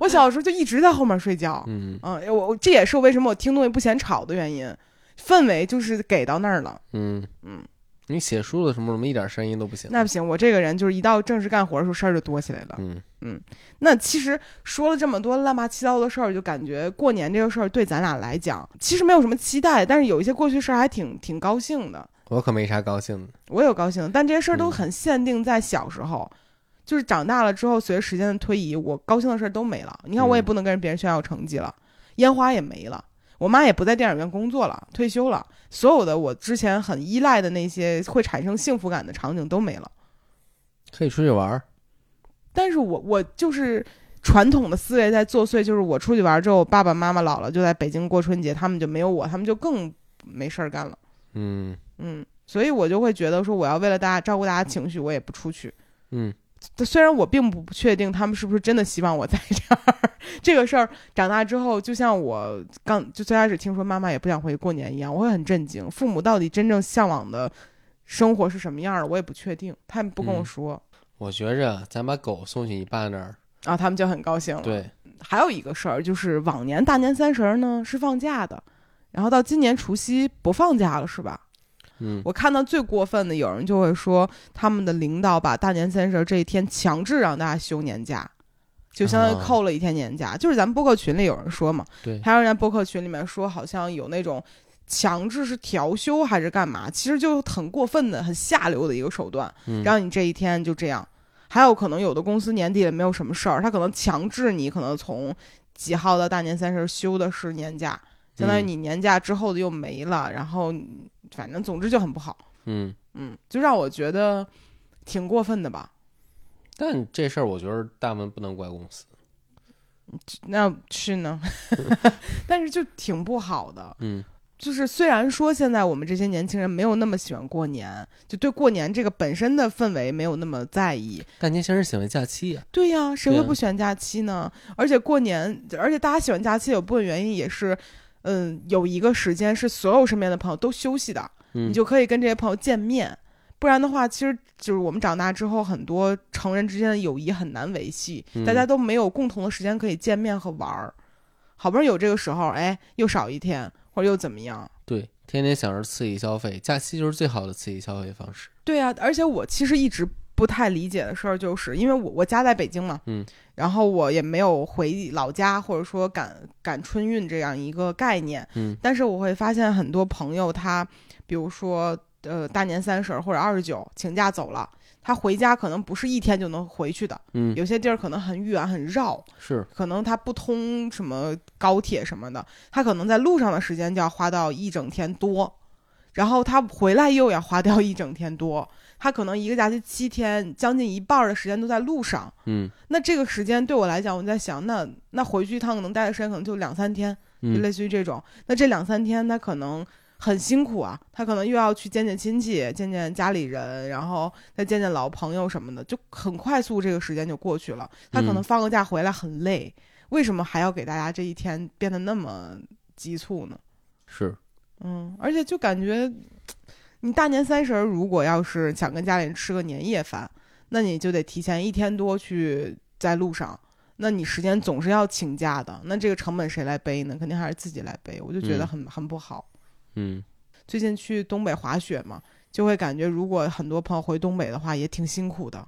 Speaker 1: 我小时候就一直在后面睡觉，
Speaker 2: 嗯
Speaker 1: 嗯，我我这也是为什么我听东西不嫌吵的原因，氛围就是给到那儿了。
Speaker 2: 嗯
Speaker 1: 嗯，
Speaker 2: 你写书的什么什么一点声音都不行。
Speaker 1: 那不行，我这个人就是一到正式干活的时候事儿就多起来了。
Speaker 2: 嗯，
Speaker 1: 那其实说了这么多乱八七糟的事儿，就感觉过年这个事儿对咱俩来讲，其实没有什么期待，但是有一些过去事儿还挺挺高兴的，
Speaker 2: 我可没啥高兴的。
Speaker 1: 我有高兴的，但这些事儿都
Speaker 2: 嗯
Speaker 1: 很限定在小时候，就是长大了之后，随着时间的推移，我高兴的事儿都没了。你看，我也
Speaker 2: 嗯
Speaker 1: 不能跟别人炫耀成绩了，烟花也没了。我妈也不在电影院工作了，退休了。所有的我之前很依赖的那些会产生幸福感的场景都没了。
Speaker 2: 可以出去玩儿。
Speaker 1: 但是我我就是传统的思维在作祟，就是我出去玩之后，爸爸妈妈老了就在北京过春节，他们就没有我，他们就更没事儿干了，
Speaker 2: 嗯
Speaker 1: 嗯，所以我就会觉得说，我要为了大家照顾大家情绪，我也不出去。
Speaker 2: 嗯，
Speaker 1: 但虽然我并不确定他们是不是真的希望我在这儿， [laughs] 这个事儿长大之后，就像我刚就最开始听说妈妈也不想回过年一样，我会很震惊，父母到底真正向往的生活是什么样儿的，我也不确定，他们不跟我
Speaker 2: 嗯
Speaker 1: 说、
Speaker 2: 我觉着咱把狗送去你爸那儿。
Speaker 1: 啊，他们就很高兴了。
Speaker 2: 对，
Speaker 1: 还有一个事儿，就是往年大年三十儿呢是放假的，然后到今年除夕不放假了，是吧？
Speaker 2: 嗯，
Speaker 1: 我看到最过分的，有人就会说他们的领导把大年三十儿这一天强制让大家休年假，就相当于
Speaker 2: 哦
Speaker 1: 扣了一天年假。就是咱们播客群里有人说嘛，
Speaker 2: 对，
Speaker 1: 还有人家播客群里面说，好像有那种强制是调休还是干嘛，其实就很过分的、很下流的一个手段，
Speaker 2: 嗯
Speaker 1: 让你这一天就这样。还有可能有的公司年底也没有什么事儿，他可能强制你可能从几号到大年三十休的是年假，相
Speaker 2: 嗯
Speaker 1: 当于你年假之后的又没了，然后反正总之就很不好，
Speaker 2: 嗯，
Speaker 1: 嗯，就让我觉得挺过分的吧。
Speaker 2: 但这事儿我觉得大部分不能怪公司，
Speaker 1: 那是
Speaker 2: [laughs]
Speaker 1: 呢，但是就挺不好的。
Speaker 2: 嗯
Speaker 1: 就是虽然说现在我们这些年轻人没有那么喜欢过年，就对过年这个本身的氛围没有那么在意。
Speaker 2: 但年轻人喜欢假期呀、
Speaker 1: 对呀、谁
Speaker 2: 对
Speaker 1: 会
Speaker 2: 啊
Speaker 1: 不喜欢假期呢？而且过年，而且大家喜欢假期有部分原因也是，嗯，有一个时间是所有身边的朋友都休息的，
Speaker 2: 嗯，
Speaker 1: 你就可以跟这些朋友见面。不然的话，其实就是我们长大之后，很多成人之间的友谊很难维系，
Speaker 2: 嗯
Speaker 1: 大家都没有共同的时间可以见面和玩儿。好不容易有这个时候，哎，又少一天，或者又怎么样？
Speaker 2: 对，天天想着刺激消费，假期就是最好的刺激消费方式。
Speaker 1: 对啊，而且我其实一直不太理解的事儿，就是因为我我家在北京嘛，
Speaker 2: 嗯，
Speaker 1: 然后我也没有回老家，或者说赶赶春运这样一个概念，
Speaker 2: 嗯，
Speaker 1: 但是我会发现很多朋友他，比如说呃大年三十儿或者二十九请假走了，他回家可能不是一天就能回去的，
Speaker 2: 嗯，
Speaker 1: 有些地儿可能很远很绕，
Speaker 2: 是，
Speaker 1: 可能他不通什么高铁什么的，他可能在路上的时间就要花到一整天多，然后他回来又要花掉一整天多，他可能一个假期七天，将近一半儿的时间都在路上。
Speaker 2: 嗯，
Speaker 1: 那这个时间对我来讲，我在想，那那回去一趟能待的时间可能就两三天，就
Speaker 2: 嗯
Speaker 1: 类似于这种。那这两三天他可能很辛苦啊，他可能又要去见见亲戚、见见家里人，然后再见见老朋友什么的，就很快速这个时间就过去了。他可能
Speaker 2: 嗯
Speaker 1: 放个假回来很累，为什么还要给大家这一天变得那么急促呢？
Speaker 2: 是，
Speaker 1: 嗯，而且就感觉你大年三十儿如果要是想跟家里人吃个年夜饭，那你就得提前一天多去在路上。那你时间总是要请假的，那这个成本谁来背呢？肯定还是自己来背，我就觉得
Speaker 2: 嗯
Speaker 1: 很、很不好。
Speaker 2: 嗯，
Speaker 1: 最近去东北滑雪嘛，就会感觉如果很多朋友回东北的话，也挺辛苦的。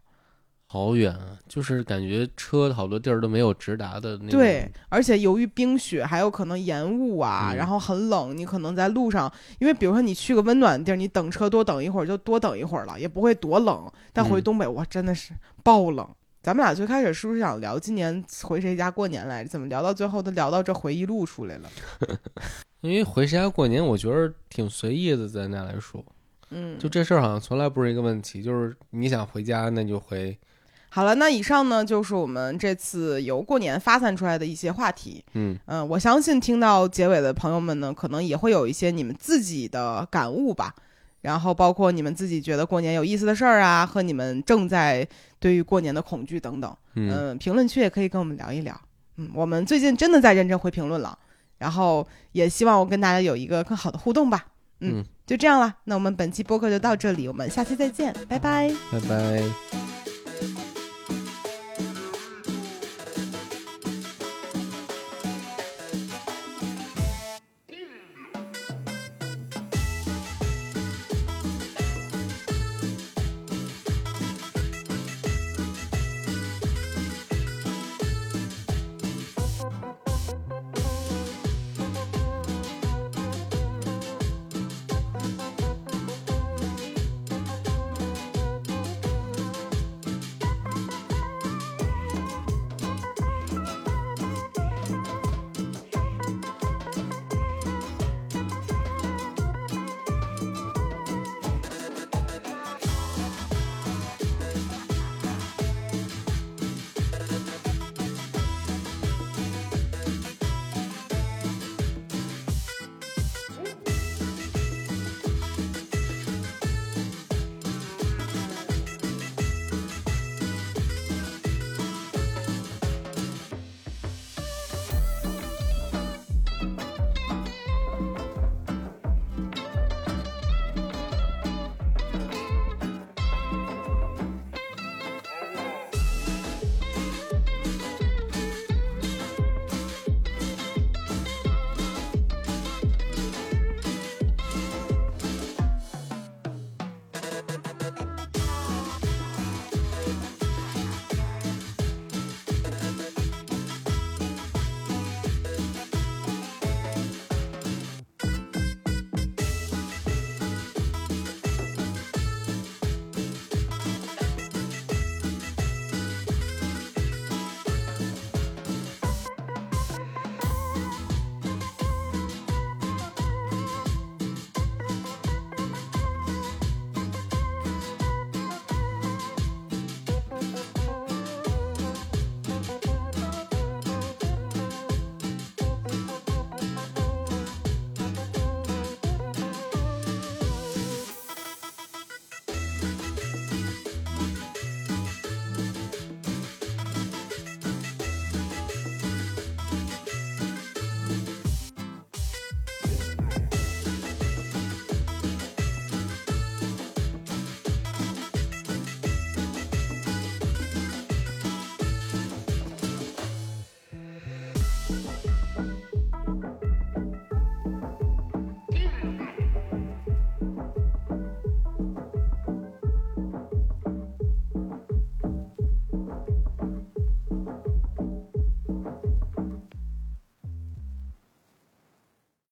Speaker 2: 好远啊，就是感觉车好多地儿都没有直达的那种。
Speaker 1: 对，，而且由于冰雪还有可能延误啊，
Speaker 2: 嗯
Speaker 1: 然后很冷，你可能在路上，因为比如说你去个温暖的地儿，你等车多等一会儿就多等一会儿了，也不会多冷。但回
Speaker 2: 嗯
Speaker 1: 东北，哇，真的是爆冷。咱们俩最开始是不是想聊今年回谁家过年来着？怎么聊到最后都聊到这回忆录出来了？
Speaker 2: 因为回家过年，我觉得挺随意的，咱俩来说，
Speaker 1: 嗯，
Speaker 2: 就这事儿好像从来不是一个问题，就是你想回家那就回，
Speaker 1: 好了，那以上呢就是我们这次由过年发散出来的一些话题。
Speaker 2: 嗯
Speaker 1: 嗯，我相信听到结尾的朋友们呢，可能也会有一些你们自己的感悟吧。然后包括你们自己觉得过年有意思的事儿啊，和你们正在对于过年的恐惧等等，
Speaker 2: 嗯，
Speaker 1: 嗯，评论区也可以跟我们聊一聊。嗯，我们最近真的在认真回评论了，然后也希望我跟大家有一个更好的互动吧。嗯
Speaker 2: 嗯，
Speaker 1: 就这样了，那我们本期播客就到这里，我们下期再见，拜拜。
Speaker 2: 拜拜。